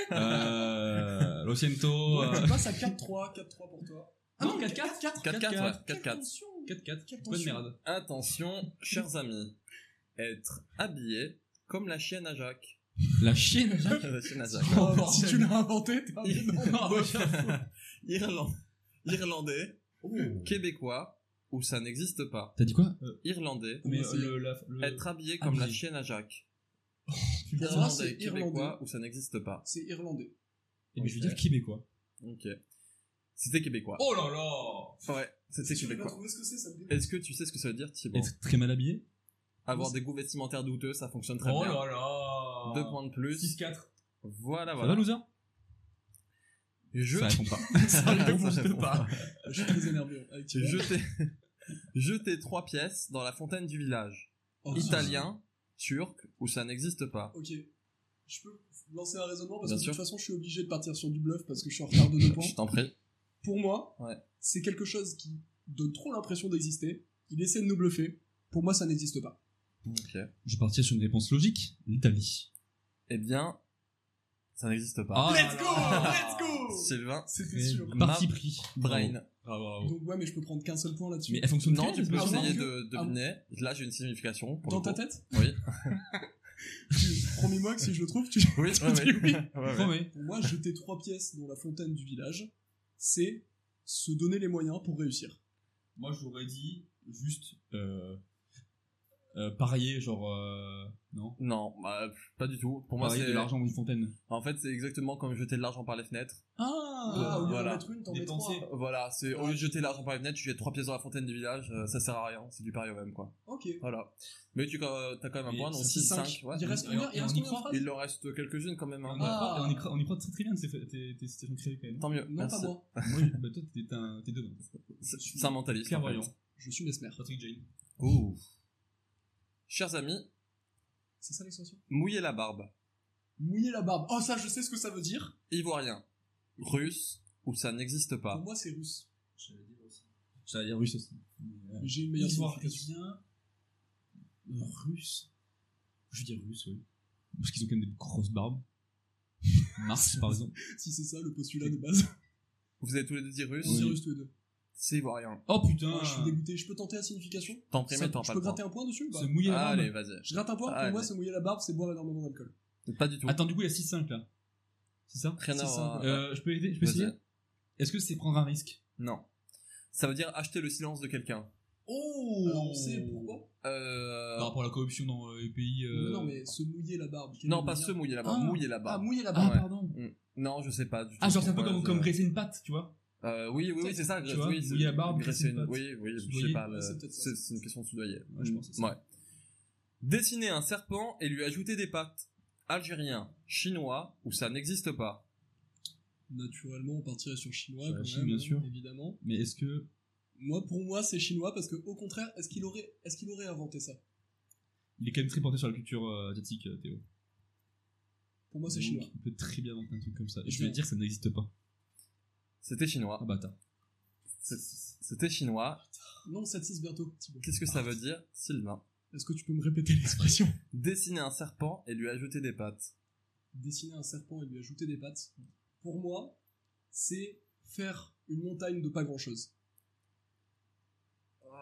Euh, Lociento. Ouais, euh, Tu passes à 4-3, 4-3 pour toi. Ah non, 4-4, 4-4. 4-4, ouais, 4-4. 4-4. Attention. Bonne merde. Attention, chers amis, être habillé comme la chienne à Jacques. La chienne. la chienne à Jacques. Oh, si tu l'as inventé, t'as Il- non. Irland- Irlandais, québécois, où ça n'existe pas. T'as dit quoi Irlandais, euh, Mais Moi, c'est- le, la, le- être habillé comme la habillé. chienne à Jacques. Pour moi, c'est Irlandais, irlandais. québécois, où ça n'existe pas. C'est irlandais. Eh, mais je veux dire québécois. Ok. C'était québécois. Oh là là Ouais, c'était Tu peux pas québécois. trouver ce que c'est, ça me dégoûte. Est-ce que tu sais ce que ça veut dire, Thibaut Être très mal habillé. Avoir des goûts vestimentaires douteux, ça fonctionne très Oh bien. là là Deux points de plus. 6-4. Voilà, Ça va, voilà. loser Je Ça répond pas. Ça répond pas. Ah, Je suis très énervé avec Thierry. Jeter... Jeter trois pièces dans la fontaine du village. Oh, Italien, turc, où ça n'existe pas. Ok. Je peux lancer un raisonnement parce Bien que de sûr. toute façon, je suis obligé de partir sur du bluff parce que je suis en retard de deux points. Je t'en prie. Pour moi, Ouais. c'est quelque chose qui donne trop l'impression d'exister. Il essaie de nous bluffer. Pour moi, ça n'existe pas. Ok. Je vais partir sur une réponse logique. L'Italie. Eh bien, ça n'existe pas. Ah. Let's go Sylvain, C'était sûr. Parti Ma- pris. Brain. Bravo. Donc ouais, mais je peux prendre qu'un seul point là-dessus. Mais elle fonctionne Non, très tu bien, peux Ah, cette essayer blague. que- de deviner. Là, j'ai une signification. Pour Dans le ta coup. tête Oui. Tu- Promis-moi que si je le trouve, tu... Oui, tu ouais, dis ouais. oui. Ah, Ouais, ouais. Promets. Pour moi, jeter trois pièces dans la fontaine du village, c'est se donner les moyens pour réussir. Moi, j'aurais dit juste euh, euh, parier, genre. euh, non Non, bah, pff, pas du tout. Pour moi, Bah, Parier c'est. de l'argent dans une fontaine. En fait, c'est exactement comme jeter de l'argent par les fenêtres. Ah, au lieu voilà. d'en mettre une, t'en mets Dépenser. trois. Voilà, c'est au lieu de jeter l'argent par les fenêtres, tu jettes trois pièces dans la fontaine du village, euh, ça sert à rien, c'est du pari au même quoi. Ok. Voilà. Mais tu euh, t'as quand même un Et point, donc ça, 6, c'est 5. cinq. ouais. Il reste Et combien on- Il et reste on y combien de croit phrases Il en reste quelques-unes quand même. On hein. y Ah. croit- On y croit- on y croit très très bien de ces tes tes citations créées quand même. Tant mieux. Non, pas Merci. moi. Oui, bah toi, t'es un- t'es devant. C'est c'est un mentaliste. en Clairvoyant. Je suis Mesmer. Patrick Jane. fait. Ouh. Chers amis, C'est ça l'extension mouillez la barbe. Mouiller la barbe. Oh, ça, je sais ce que ça veut dire. Ivoirien, russe, ou ça n'existe Pour pas. moi, c'est russe. J'allais dire aussi. J'allais dire russe aussi. Mais J'ai une meilleure signification. Ivoirien. Russe. Je veux dire russe, oui. Parce qu'ils ont quand même des grosses barbes. Mars, par exemple. Si c'est ça, le postulat de base. Vous avez tous les deux dit russe, C'est russe tous les deux. c'est ivoirien. Oh putain Oh, je suis dégoûté. Je peux tenter la signification T'en prie, Ça- Ah. mais t'en Je pas Ah, peux le point. gratter un point dessus ou pas Se mouiller la Ah, barbe. Allez, vas-y. Je gratte un point, pour Allez. moi, se mouiller la barbe, c'est boire énormément d'alcool. Pas du tout. Attends, du coup, il y a 6-5 là. C'est ça Rien à C'est ça. voir. Euh, je peux aider Je peux Vas-y. essayer Est-ce que c'est prendre un risque Non. Ça veut dire acheter le silence de quelqu'un. Oh Alors, on sait pourquoi Euh... Par rapport à la corruption dans euh, les pays. euh, Non, Non, mais se mouiller la barbe. quel est Non, le pas lien se mouiller la barbe, Ah. mouiller la Ah, barbe. mouiller la Ah, barbe. ouais. pardon. Non, je sais pas du tout. Ah, genre, c'est un peu pourquoi comme, je- comme graisser une patte, tu vois Euh, oui, oui, oui, c'est ça. Tu vois, oui, c'est- mouillé à barbe, Grace c'est une Wen- patte. Oui, oui, je Soudoyer, sais pas. ouais, le- c'est peut-être ça. C'est c'est une question de soudoyer. Mm, Ouais, je pense que c'est ça. Ouais. Dessiner un serpent et lui ajouter des pattes. Algérien, chinois, ou ça n'existe pas. Naturellement, on partirait sur chinois, Sur la quand Chine, même, bien hein, sûr. évidemment. Mais est-ce que. Moi, pour moi, c'est chinois parce que, au contraire, est-ce qu'il aurait, est-ce qu'il aurait inventé ça Il est quand même très porté sur la culture euh, asiatique, euh, Théo. Pour moi, Oh, Mmh. c'est Donc, chinois. Il peut très bien inventer un truc comme ça. Et C'est je vais vrai. dire que ça n'existe pas. C'était chinois. Ah bâtard. C'est- C'était chinois. Non, 7-6 bientôt. Thibaut. Ah. Qu'est-ce que ça veut dire, Sylvain Est-ce que tu peux me répéter l'expression Dessiner un serpent et lui ajouter des pattes. Dessiner un serpent et lui ajouter des pattes. Pour moi, c'est faire une montagne de pas grand-chose.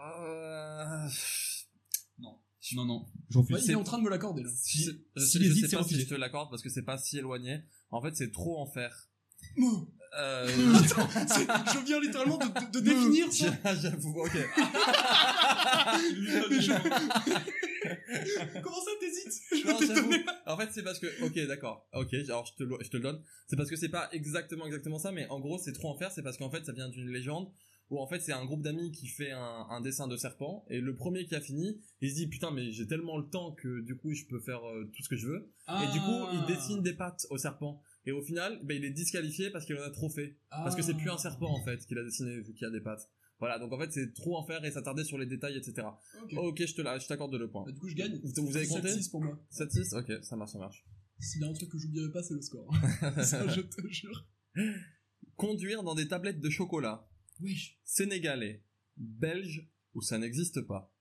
Euh, Non, non. J'en fais Ouais, il est en train de me l'accorder là. Si, Si- je, s'il sais- je hésite, c'est sais pas si refusé. je te l'accorde parce que c'est pas si éloigné. En fait, c'est trop en faire. Mouh. Euh, Attends, c'est- je viens littéralement de, de- de définir ça. Ah, J'avoue, ok. Comment ça t'hésites Je Non, t'ai j'avoue. donné- En fait, c'est parce que, ok, d'accord, ok, alors je te, le- je te le donne. C'est parce que c'est pas exactement, exactement ça, mais en gros, c'est trop en faire, c'est parce qu'en fait, ça vient d'une légende où en fait, c'est un groupe d'amis qui fait un, un dessin de serpent et le premier qui a fini, il se dit, putain, mais j'ai tellement le temps que du coup, je peux faire euh, tout ce que je veux. Et du coup, Ah. il dessine des pattes au serpent. Et au final, ben, il est disqualifié parce qu'il en a trop fait. Parce que c'est Ah. plus un serpent, en fait, qu'il a dessiné vu qu'il y a des pattes. Voilà, donc en fait, c'est trop en faire et s'attarder sur les détails, etc. Ok. Ok, je te la- je t'accorde le point. Bah, du coup, je gagne. Vous- vous avez compté 7-6 pour moi. 7-6 Ok, ça marche, ça marche. S'il y a un truc que j'oublierai pas, c'est le score. ça, je te jure. Conduire dans des tablettes de chocolat. Wesh. Sénégalais, belge ou ça n'existe pas.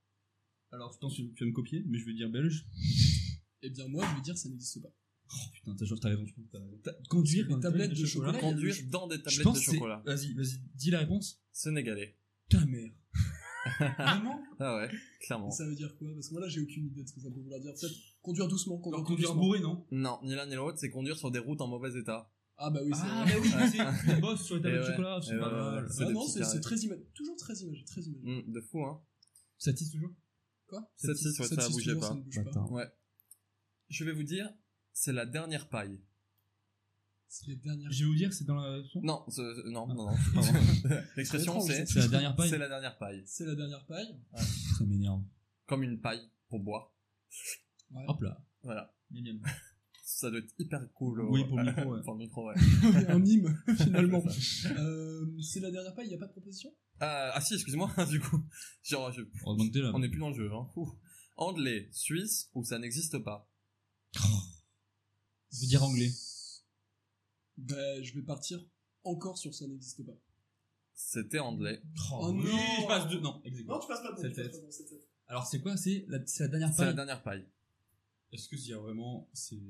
Alors, je pense que tu vas me copier, mais je vais dire belge. Oh, Eh bien, moi, je vais dire, ça n'existe pas. Putain, t'as t'as raison, je pense que t'as raison. Ta- Conduire Des dans des tablettes de chocolat. Ouais, Conduire je- dans des Je tablettes pense de que c'est- chocolat. Vas-y, vas-y, dis la réponse. Sénégalais. Ta mère. Vraiment Ah ouais, clairement. Ça veut dire quoi Parce que moi, là, j'ai aucune idée de ce que ça peut vouloir dire. Peut-être conduire doucement, conduire, Alors, conduire doucement. bourré, non Non, ni l'un ni l'autre, c'est conduire sur des routes en mauvais état. Ah, bah oui, c'est Ah, vrai. bah oui, c'est des boss sur les tablettes Eh de ouais, chocolat, eh c'est pas ouais, mal. ouais. Ah des non, petits c'est c'est carrés. très imagé. Toujours très imagé, très imagé. Hmm, de fou, hein. Ça tisse toujours Quoi 7-6, ouais, ça 7-6, bougeait toujours, pas. Ça ne bouge pas. Attends. Ouais. Je vais vous dire, c'est la dernière paille. C'est les dernières. Je vais vous dire, c'est dans la. Non, ce- ce- non, Ah. non, non, pardon. L'expression C'est c'est étrange, C'est la dernière paille. c'est la dernière paille. C'est la dernière paille. Ça m'énerve. Comme une paille pour boire. Ouais. Hop là. Voilà. Miam, miam. Ça doit être hyper cool. euh, Oui, pour le micro, ouais. pour le micro, ouais. un mime, finalement. Euh, c'est la dernière paille, il n'y a pas de proposition Euh, ah si, excuse-moi, du coup. Genre, je, Heureusement que t'es Oh, là. On n'est plus dans le jeu, hein. Ouh. Anglais, Suisse, ou ça n'existe pas. Je vais dire anglais. Bah, je vais partir encore sur ça n'existe pas. C'était anglais. Oh oui, non. je passe deux. Non, exactement. tu passes pas bon, tu passes pas Alors, c'est quoi C'est la, c'est la dernière C'est la Ah, paille dernière paille. Est-ce que c'est vraiment. C'est.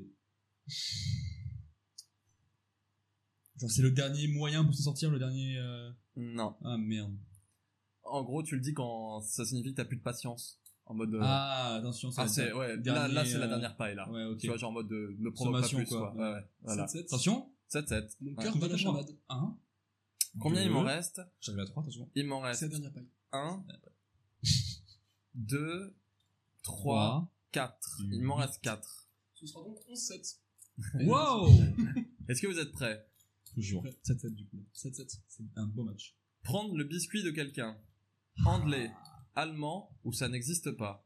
Genre, c'est le dernier moyen pour s'en sortir, le dernier. euh, Non. Ah merde. En gros, tu le dis quand ça signifie que t'as plus de patience. En mode. euh, Ah, attention, ça ah, va c'est, être ouais. là, Dernier, là, c'est la euh, dernière paille, là. ça. Ouais, ok. Tu vois, genre en mode de, ne provoque pas Sommation, plus, quoi. quoi. Ouais, ouais. Voilà. 7-7. Attention 7-7. Mon Ouais. cœur bat la chamade. 1. Combien il m'en reste J'arrive à 3, attention. Il m'en C'est reste la dernière paille. 1, 2, 3, 3. 4. Il m'en reste 4. Ce sera donc 11-7. Wow Est-ce que vous êtes prêts Toujours. Ouais. 7-7 du coup. 7-7. C'est un beau match. Prendre le biscuit de quelqu'un. Anglais, allemand, ou ça n'existe pas.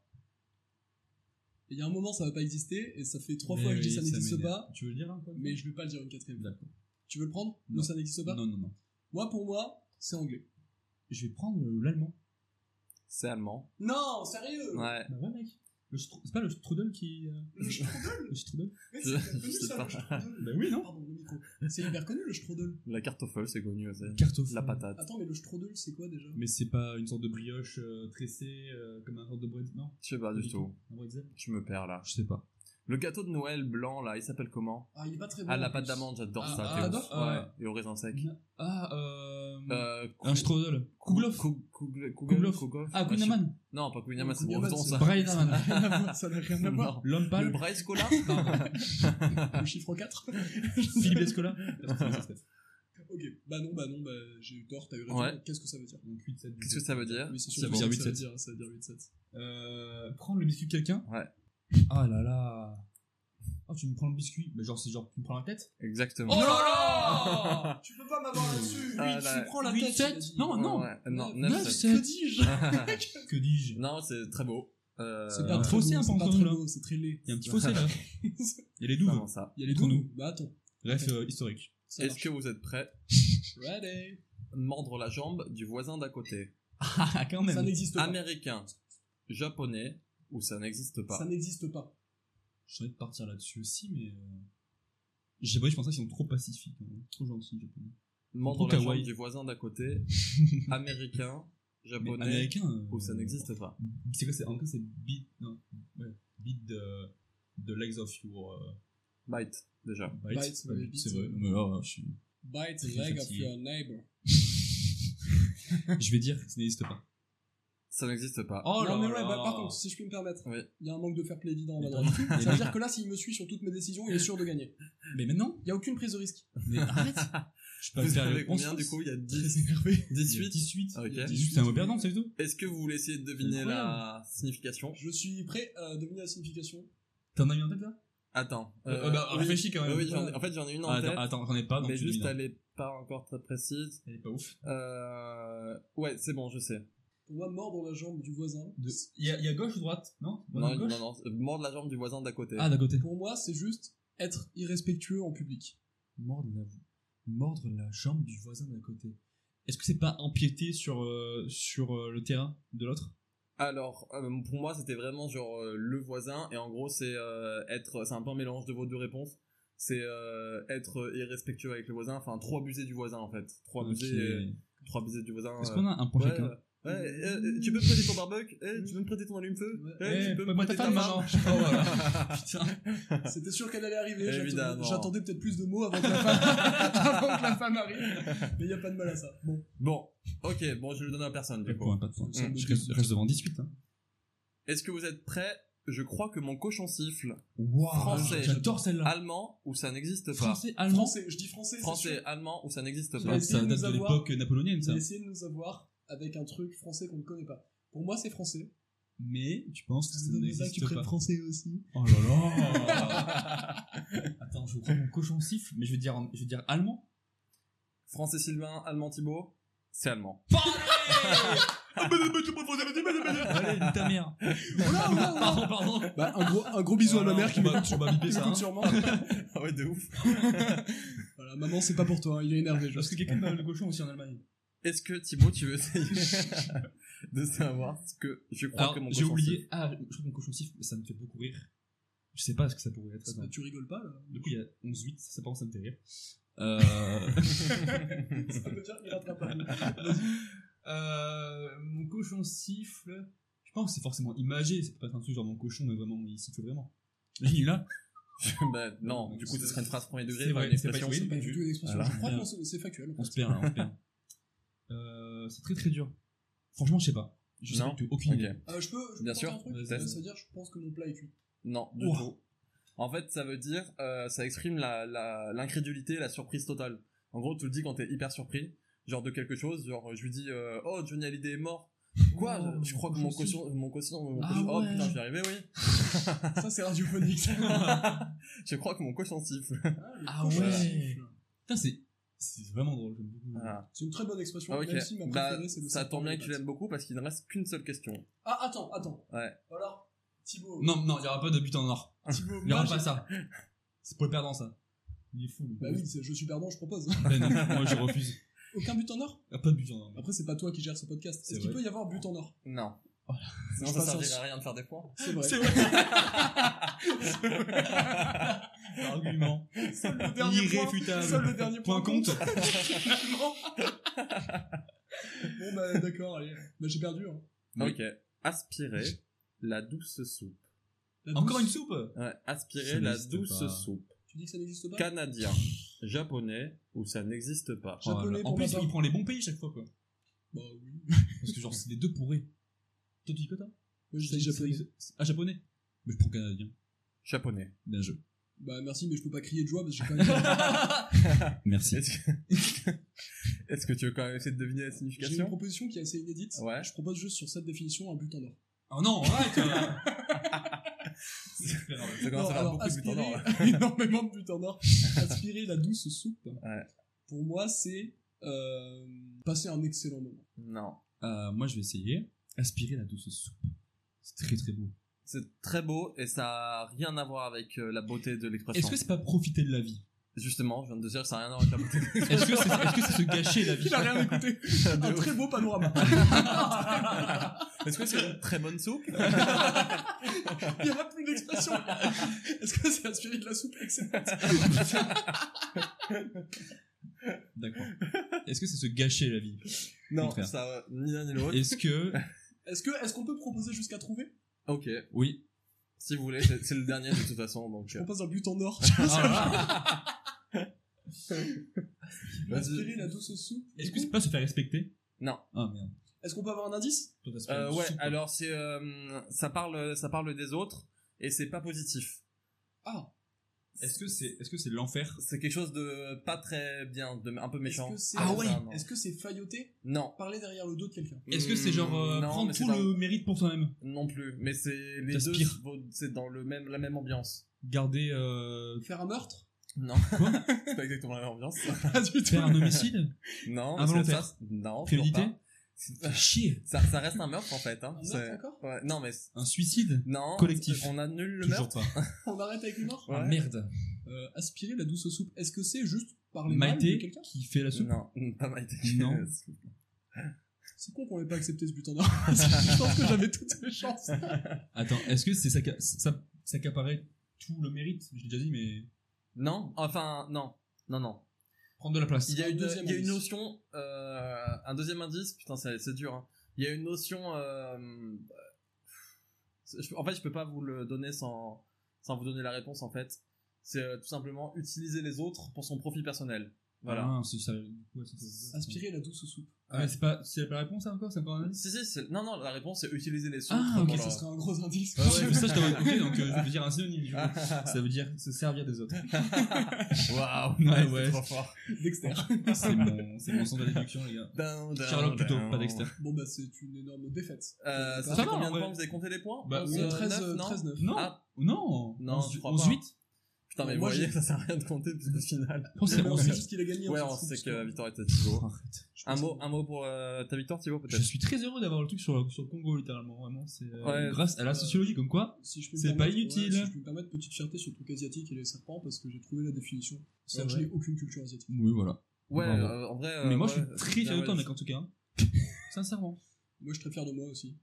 Et Il y a un moment, ça va pas exister, et ça fait trois Mais fois que je oui, dis ça n'existe m'énerve. pas, Tu veux le dire, hein, quoi mais je vais pas le dire une quatrième. D'accord. Tu veux le prendre Non. Non, ça n'existe pas Non, non, non. Moi, pour moi, c'est anglais. Je vais prendre euh, l'allemand. C'est allemand. Non, sérieux Ouais. Bah ouais, mec. Le Stru- C'est pas le Strudel qui. euh, Le Strudel Le Strudel Mais Je- c'est hyper connu, je sais ça, pas. le Strudel. Bah oui, non Pardon, le micro. C'est hyper connu, le Strudel. La cartoffel, c'est connu aussi. Cartoffel. La patate. Attends, mais le Strudel, c'est quoi déjà Mais c'est pas une sorte de brioche euh, tressée euh, comme un sorte de bread. Non Je sais pas du tout. Un bretzel Je me perds là. Je sais pas. Le gâteau de Noël blanc là, il s'appelle comment Ah, il est pas très bon. Ah, en la plus. pâte d'amande, j'adore Ah, ça. ah, t'es j'adore. ouf. Ah. Ouais, et au raisin sec. Ah, euh. Mmh. Euh, Kou- Un Strudel. Kougloff. Kou- Kougl- Kougl- Kougloff. Kougloff. Ah, Ouais, je sais- Kuhneman. Non, pas Kouignaman, c'est Kouign-Amann, breton c'est ça. Brian Aman. Ça n'a rien à voir, Ça n'a rien à voir. Non. L'homme Le pâle. bras Escola Pardon. Le chiffre 4 Philippe Escola. Ok, bah non, bah non, bah j'ai eu tort, t'as eu raison. Ouais. Qu'est-ce que ça veut dire Donc 8-7. Qu'est-ce que ça veut dire Oui, c'est sûr Ça que veut dire ça 8-7. veut dire, ça Euh, veut dire 8-7. Euh, prendre le biscuit de quelqu'un Ouais. Ah là là. Oh, tu me prends le biscuit. Mais genre, c'est genre, tu me prends la tête. Exactement. Oh là là Tu peux pas m'avoir là-dessus Ah Oui, là, tu prends la huit, tête sept il a dit. Non, non. Ouais, non, Neuf, neuf, neuf, sept. sept. Que dis-je Que dis-je Non, c'est très beau. Euh, C'est pas un très fossé, beau, un c'est pas pantalon, très là. beau, c'est très laid. Il y a un petit fossé là. Il y a les douves. vraiment ça. Il y a les Entre deux. nous. Bah attends. Bref, euh, historique. ça Est-ce marche. que vous êtes prêts Ready. Mordre la jambe du voisin d'à côté. Ah, quand Ça n'existe pas. Américain, japonais, ou ça n'existe pas. Ça n'existe pas. J'ai envie de partir là-dessus aussi, mais. euh, Les Japonais, je pensais qu'ils sont trop pacifiques, hein. trop gentils, les Japonais. Mordre la Kawaii. jambe du voisin d'à côté. Américain, Mais japonais, américains. euh, ou ça n'existe pas. C'est quoi c'est- En tout cas, c'est beat. Non, ouais. Beat the, the legs of your euh, Bite, déjà. bite. Bite, Ouais, oui, c'est beat. vrai. Non, mais alors, je, suis- Bite the Très leg of fatigué. your neighbor. je vais dire que ça n'existe pas. Ça n'existe pas. Oh. non mais ouais, bah, par contre, si je peux me permettre, Oui. il y a un manque de fair play évident en Mais bas droite. Ça veut dire que là, s'il me suit sur toutes mes décisions, il est sûr de gagner. Mais maintenant Il y a aucune prise de risque. Mais arrête Je peux Vous faire savez le combien conscience. du coup Il y a 10. Très énervé. 18. 18. Ok. 18, c'est un mot perdant, c'est tout Est-ce que vous voulez essayer de deviner la Incroyable. signification Je suis prêt à deviner la signification. T'en as mis en tête là Attends. Euh, bah, réfléchis quand même. Oui, j'en ai- en fait, j'en ai une en Ah, tête. Attends, attends, j'en ai pas, donc mais tu juste, devines. elle est pas encore très précise. Elle est pas ouf. Euh... Ouais, c'est bon, je sais. Pour moi, mordre la jambe du voisin. Il y, a- il y a gauche ou droite Non Droite Non, ou non, gauche non, euh, mordre la jambe du voisin d'à côté. Ah, d'à côté. Pour moi, c'est juste être irrespectueux en public. Mordre la, mordre la jambe du voisin d'à côté. Est-ce que c'est pas empiéter sur, euh, sur euh, le terrain de l'autre Alors, euh, pour moi, c'était vraiment genre euh, le voisin, et en gros, c'est euh, être, c'est un peu un mélange de vos deux réponses. C'est euh, être irrespectueux avec le voisin, enfin trop abusé du voisin en fait, trop abusé, euh, Ok. trop abusé du voisin. Est-ce euh, qu'on a un point ouais, chacun ouais, euh, euh, tu peux me prêter ton barbecue Eh, Tu peux me prêter ton allume-feu Eh, Eh, Tu peux me moi, ta prêter ta femme, main maman. Oh, voilà. Putain. C'était sûr qu'elle allait arriver. j'attendais- Évidemment. J'attendais peut-être plus de mots avant que la femme, avant que la femme arrive. Mais il n'y a pas de mal à ça. Bon, Bon, ok, bon, je le donne à personne Pas du de coup. point, pas de point. Mm. Je reste, je reste devant 18. Hein. Est-ce que vous êtes prêts Je crois que mon cochon siffle. Wow, Français. J'adore Ah, celle-là. Allemand ou ça n'existe pas Français, allemand. français, je dis français. c'est Français, sûr. allemand ou ça n'existe Je pas vais Ah, ça essayer de date nous de avoir. l'époque napoléonienne, Il ça. a essayé de nous avoir avec un truc français qu'on ne connaît pas. Pour moi, c'est français. Mais tu penses que ça Nous avons n'existe pas. français aussi. Oh là là Attends, je prends mon cochon siffle, mais je vais dire, en- je vais dire allemand. Français Sylvain, allemand Thibaut C'est allemand. Ah, Allez, nique ta mère Pardon, pardon Bah, un gros, un gros bisou à ma mère qui Oh On va- m'écoute on va biper ça, m'écoute hein. sûrement. Ah ouais, de ouf. voilà, maman, c'est pas pour toi, hein, il est énervé. Je Parce que sais. quelqu'un m'a le cochon aussi en Allemagne. Est-ce que Thibaut, tu veux essayer de savoir ce que je crois Alors, que mon j'ai cochon oublié. Ah, je crois que mon cochon siffle, mais ça me fait beaucoup rire. Je sais pas ce que ça pourrait être. Tu rigoles pas, là Du coup, il y a 11-8, ça commence à me faire rire. Euh... Ça veut dire qu'il rattrape pas. Euh, mon cochon siffle. Je pense que c'est forcément imagé, c'est peut-être un truc genre mon cochon, mais vraiment, il siffle vraiment. Imagine, il est là. siffle Bah, non, du coup, ce serait une phrase premier degré. C'est pas vrai, une c'est pas expression. C'est pas Bah, du tout une expression. Alors, je crois bien. que c'est- c'est factuel. On se perd là, on se perd. Euh, c'est très très dur. Franchement, je sais pas. Je sais Non. plus, aucune Ok. idée. Euh, je peux, je peux Bien tenter sûr, un truc vas-y. Ça veut dire, je pense que mon plat est cuit. Non, du Ouah. tout. En fait, ça veut dire, euh, ça exprime la- la- l'incrédulité, la, surprise totale. En gros, tu le dis quand t'es hyper surpris, genre de quelque chose, genre je lui dis, euh, oh, Johnny Hallyday est mort. Quoi Oh, Je crois que mon mon cochon cochon, mon cochon, mon Ah cochon- oh ouais. putain, je suis arrivé, oui. Ça, c'est radiophonique. ça. je crois que mon cochon siffle. Ah Cochon ouais. siffle. Putain, c'est, c'est vraiment drôle, j'aime beaucoup. Voilà. Ah, C'est une très bonne expression. Ok, Même si ma bah, préférée, c'est le ça serpent tombe bien et que tu les l'aimes beaucoup parce qu'il ne reste qu'une seule question. pattes. Ah, attends, attends. Ouais. Alors, Thibaut. Non, non, il y aura pas de but en or. Thibaut, Il y aura Ah. moi, pas j'ai- ça. C'est pour le perdant, ça. Il est fou. lui. Bah oui, c'est- je suis perdant, je propose. Ben non, moi, je refuse. Aucun but en or Il y a pas de but en or. Après, c'est pas toi qui gères ce podcast. C'est Est-ce qu'il vrai. peut y avoir but en or Non. Sinon, Oh Je ça passe en- servirait à rien de faire des points. C'est vrai. C'est vrai. Argument. Seul le dernier point. Irréfutable. Seul le dernier Point compte. Bon bah d'accord, allez. Bah j'ai perdu. Hein. Oui. Ok. Aspirer la douce soupe. La Encore une douce- soupe Ouais, aspirer Ça la n'existe douce pas. soupe. Tu dis que ça n'existe pas Canadien, japonais ou ça n'existe pas. Japonais Oh là là. En pour ma plus, part. il prend les bons pays chaque fois, quoi. Bah oui. Parce que, genre, c'est des deux pourris. Toi, tu dis quoi, toi Moi je dis japonais. Ah, japonais Mais je prends canadien. Japonais. Bien jeu. Bah merci mais je peux pas crier de joie parce que j'ai quand même Merci. Est-ce que... Est-ce que tu veux quand même essayer de deviner la j'ai une signification proposition qui est assez inédite. Ouais. Je propose juste sur cette définition un but en or. Oh non, arrête euh. Ça commence à faire beaucoup hein. de but en aspirer or, là. énormément de but en or. Aspirer la douce soupe, pour moi, c'est euh, passer un excellent moment. Non. Euh, Moi, je vais essayer. Aspirer la douce soupe. C'est très très beau. C'est très beau et ça a rien à voir avec euh, la beauté de l'expression. Est-ce que c'est pas profiter de la vie Justement, je viens de dire que ça a rien à voir avec la beauté. de l'expression. Est-ce que c'est est-ce que c'est se gâcher la vie Il a rien écouté. un très beau panorama. Est-ce que c'est une très bonne soupe Il n'y a plus d'expression. Est-ce que c'est aspirer de la soupe excellente D'accord. Est-ce que c'est se gâcher la vie Non, Contraire. ça euh, ni l'un ni l'autre. Est-ce que Est-ce que est-ce qu'on peut proposer jusqu'à trouver Ok, oui si vous voulez, c'est c'est le dernier de toute façon. Donc, On euh, passe un but en or. Ah. aspirer la douce soupe. Est-ce que c'est pas se faire respecter Non. Ah merde. Est-ce qu'on peut avoir un indice Toi, t'as se faire euh, une ouais, soupe. alors c'est euh, ça parle, ça parle des autres et c'est pas positif. Ah. Est-ce que c'est est-ce que c'est l'enfer C'est quelque chose de pas très bien, de un peu Est-ce méchant. que c'est euh, hein Ah ouais. Est-ce que c'est failloter Non. Parler derrière le dos de quelqu'un. Est-ce que c'est genre euh, Hmm, non, prendre mais c'est tout pas- le mérite pour toi-même Non plus, mais c'est les deux, T'aspires. vaut- c'est dans le même la même ambiance. Garder euh, Faire un meurtre Non, c'est pas exactement la même ambiance. Pas du tout. faire un homicide Non, Involontaire. parce que ça- non, toujours Prémédité pas. Fais Chier Ça, ça reste un meurtre en fait. Hein. Un C'est- meurtre encore Ouais, non mais c'est- Un suicide non. Collectif. On annule le Toujours meurtre. pas. On arrête avec le mort Ah, Ouais. merde. Euh, Euh, Aspirer la douce soupe. Est-ce que c'est juste parler mal de Maïté quelqu'un qui fait la soupe Non, pas Maïté. Non. C'est con qu'on n'ait pas accepté ce but en or. Je pense que j'avais toutes les chances. Attends, est-ce que c'est ça qui ça, ça qu'apparaît tout le mérite Je l'ai déjà dit, mais non, enfin non, non non. prendre de la place. Il y a Un une, deuxième il y a une indice. notion, euh, un deuxième indice, putain, c'est c'est dur. hein. Il y a une notion. euh, euh, je- en fait, je peux pas vous le donner sans, sans vous donner la réponse, en fait. C'est euh, tout simplement utiliser les autres pour son profit personnel. Voilà. Ah, c'est ça. du coup, ouais, c'est ça. Aspirer la douce soupe. Ah, mais c'est pas, c'est pas la réponse ça, encore, c'est encore un indice. Si, si, c'est- non, non, la réponse c'est utiliser les autres. Ah, ok, pour Ça leur- serait un gros indice. Ah ouais, mais ça, je t'avais ok, donc euh, ça veut dire un synonyme. du coup. Ça veut dire se servir des autres. Waouh, Ouais, c'est ouais. trop fort. Dexter. Ah, C'est mon, c'est mon sens de déduction, les gars. Dun, dun, Sherlock plutôt, dun. pas Dexter. Bon bah c'est une énorme défaite. Euh, ça Ça fait va, combien de ouais. temps vous avez compté les points Bah, Onze, oui, euh, 13, neuf, non 13, 9. Non, Ah. non, Non, je crois pas. 11-8. Putain, mais Moi, vous voyez, j'ai- ça sert à rien de compter puisque au final. Je pense que c'est Mais on sait 11-8. juste qu'il a gagné. hein, Ouais, en fait, on c'est sait tout. que Victor était toujours. Oh, Je Un pense mot, que- un mot pour euh, ta victoire, Thibaut, Je peut-être suis très heureux d'avoir le truc sur le, sur le Congo, littéralement, vraiment. C'est euh, Ouais. grâce à la sociologie, comme quoi. Si je peux me C'est pas permettre- inutile. ouais, si je peux me permettre petite fierté sur le truc asiatique et les serpents parce que j'ai trouvé la définition. C'est Ah Ouais, que je ouais. n'ai aucune culture asiatique. Oui, voilà. Ouais, Bravo. euh, en vrai. euh, mais moi, ouais, je suis très bien fier de toi, réussi. mec, en tout cas. hein. Sincèrement. Moi je suis très fier de moi aussi.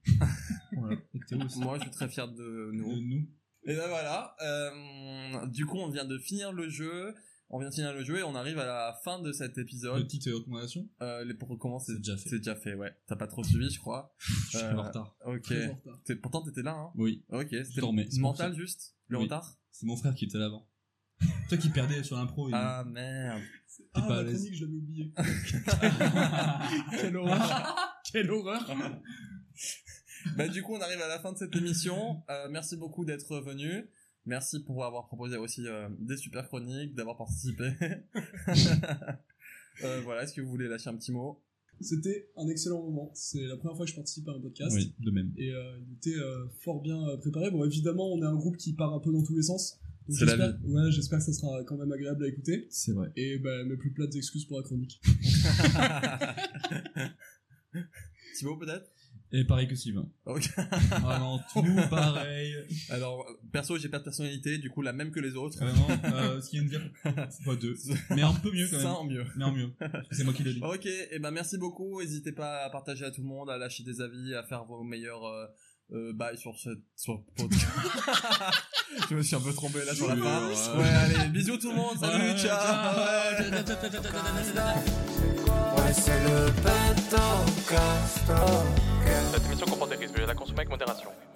Voilà. Et Théo aussi. Moi, je suis très fier de De nous. nous. Et ben voilà. euh, du coup, on vient de finir le jeu. On vient de finir le jeu et on arrive à la fin de cet épisode. Petite euh, recommandation. Euh, les pour comment c'est C'est déjà fait. c'est déjà fait, ouais. T'as pas trop suivi, je crois. Je suis Euh, en retard. Ok. Très en retard. T'es- Pourtant, t'étais là, hein. Oui. Ok. C'était dormais, c'est pour mental juste. Le Oui. retard. C'est mon frère qui était là avant. Toi qui perdais sur l'impro. il- Ah merde. Ah pas à la l'aise. chronique je l'avais oublié. Quelle horreur. Quelle horreur. Bah du coup on arrive à la fin de cette émission. Euh, merci beaucoup d'être venu. Merci pour avoir proposé aussi euh, des super chroniques, d'avoir participé. Euh, voilà, est-ce que vous voulez lâcher un petit mot C'était un excellent moment. C'est la première fois que je participe à un podcast. Oui, de même. et euh, il était euh, fort bien euh, préparé. Bon, évidemment, on est un groupe qui part un peu dans tous les sens. Donc C'est la j'espère, ouais, j'espère que ça sera quand même agréable à écouter. C'est vrai. Et bah, mes plus plates excuses pour la chronique. Thibaut peut-être Et pareil que Sylvain. Ok. Vraiment tout pareil. Alors euh, perso j'ai pas de personnalité, du coup la même que les autres. Vraiment, euh, ce qu'il vient de dire, c'est pas deux. Mais un peu mieux quand Ça même. en mieux. Mais en mieux. C'est moi qui l'ai dit. Ok, et ben merci beaucoup. N'hésitez pas à partager à tout le monde, à lâcher des avis, à faire vos meilleurs euh, euh, bails sur ce sur podcast. Je me suis un peu trompé là sur la fin. Ouais. Ouais, allez, bisous tout le monde. Salut, Ouais, ciao. ciao. Ouais, c'est le hein. pain Cette émission comporte des risques. Je la consommer avec modération.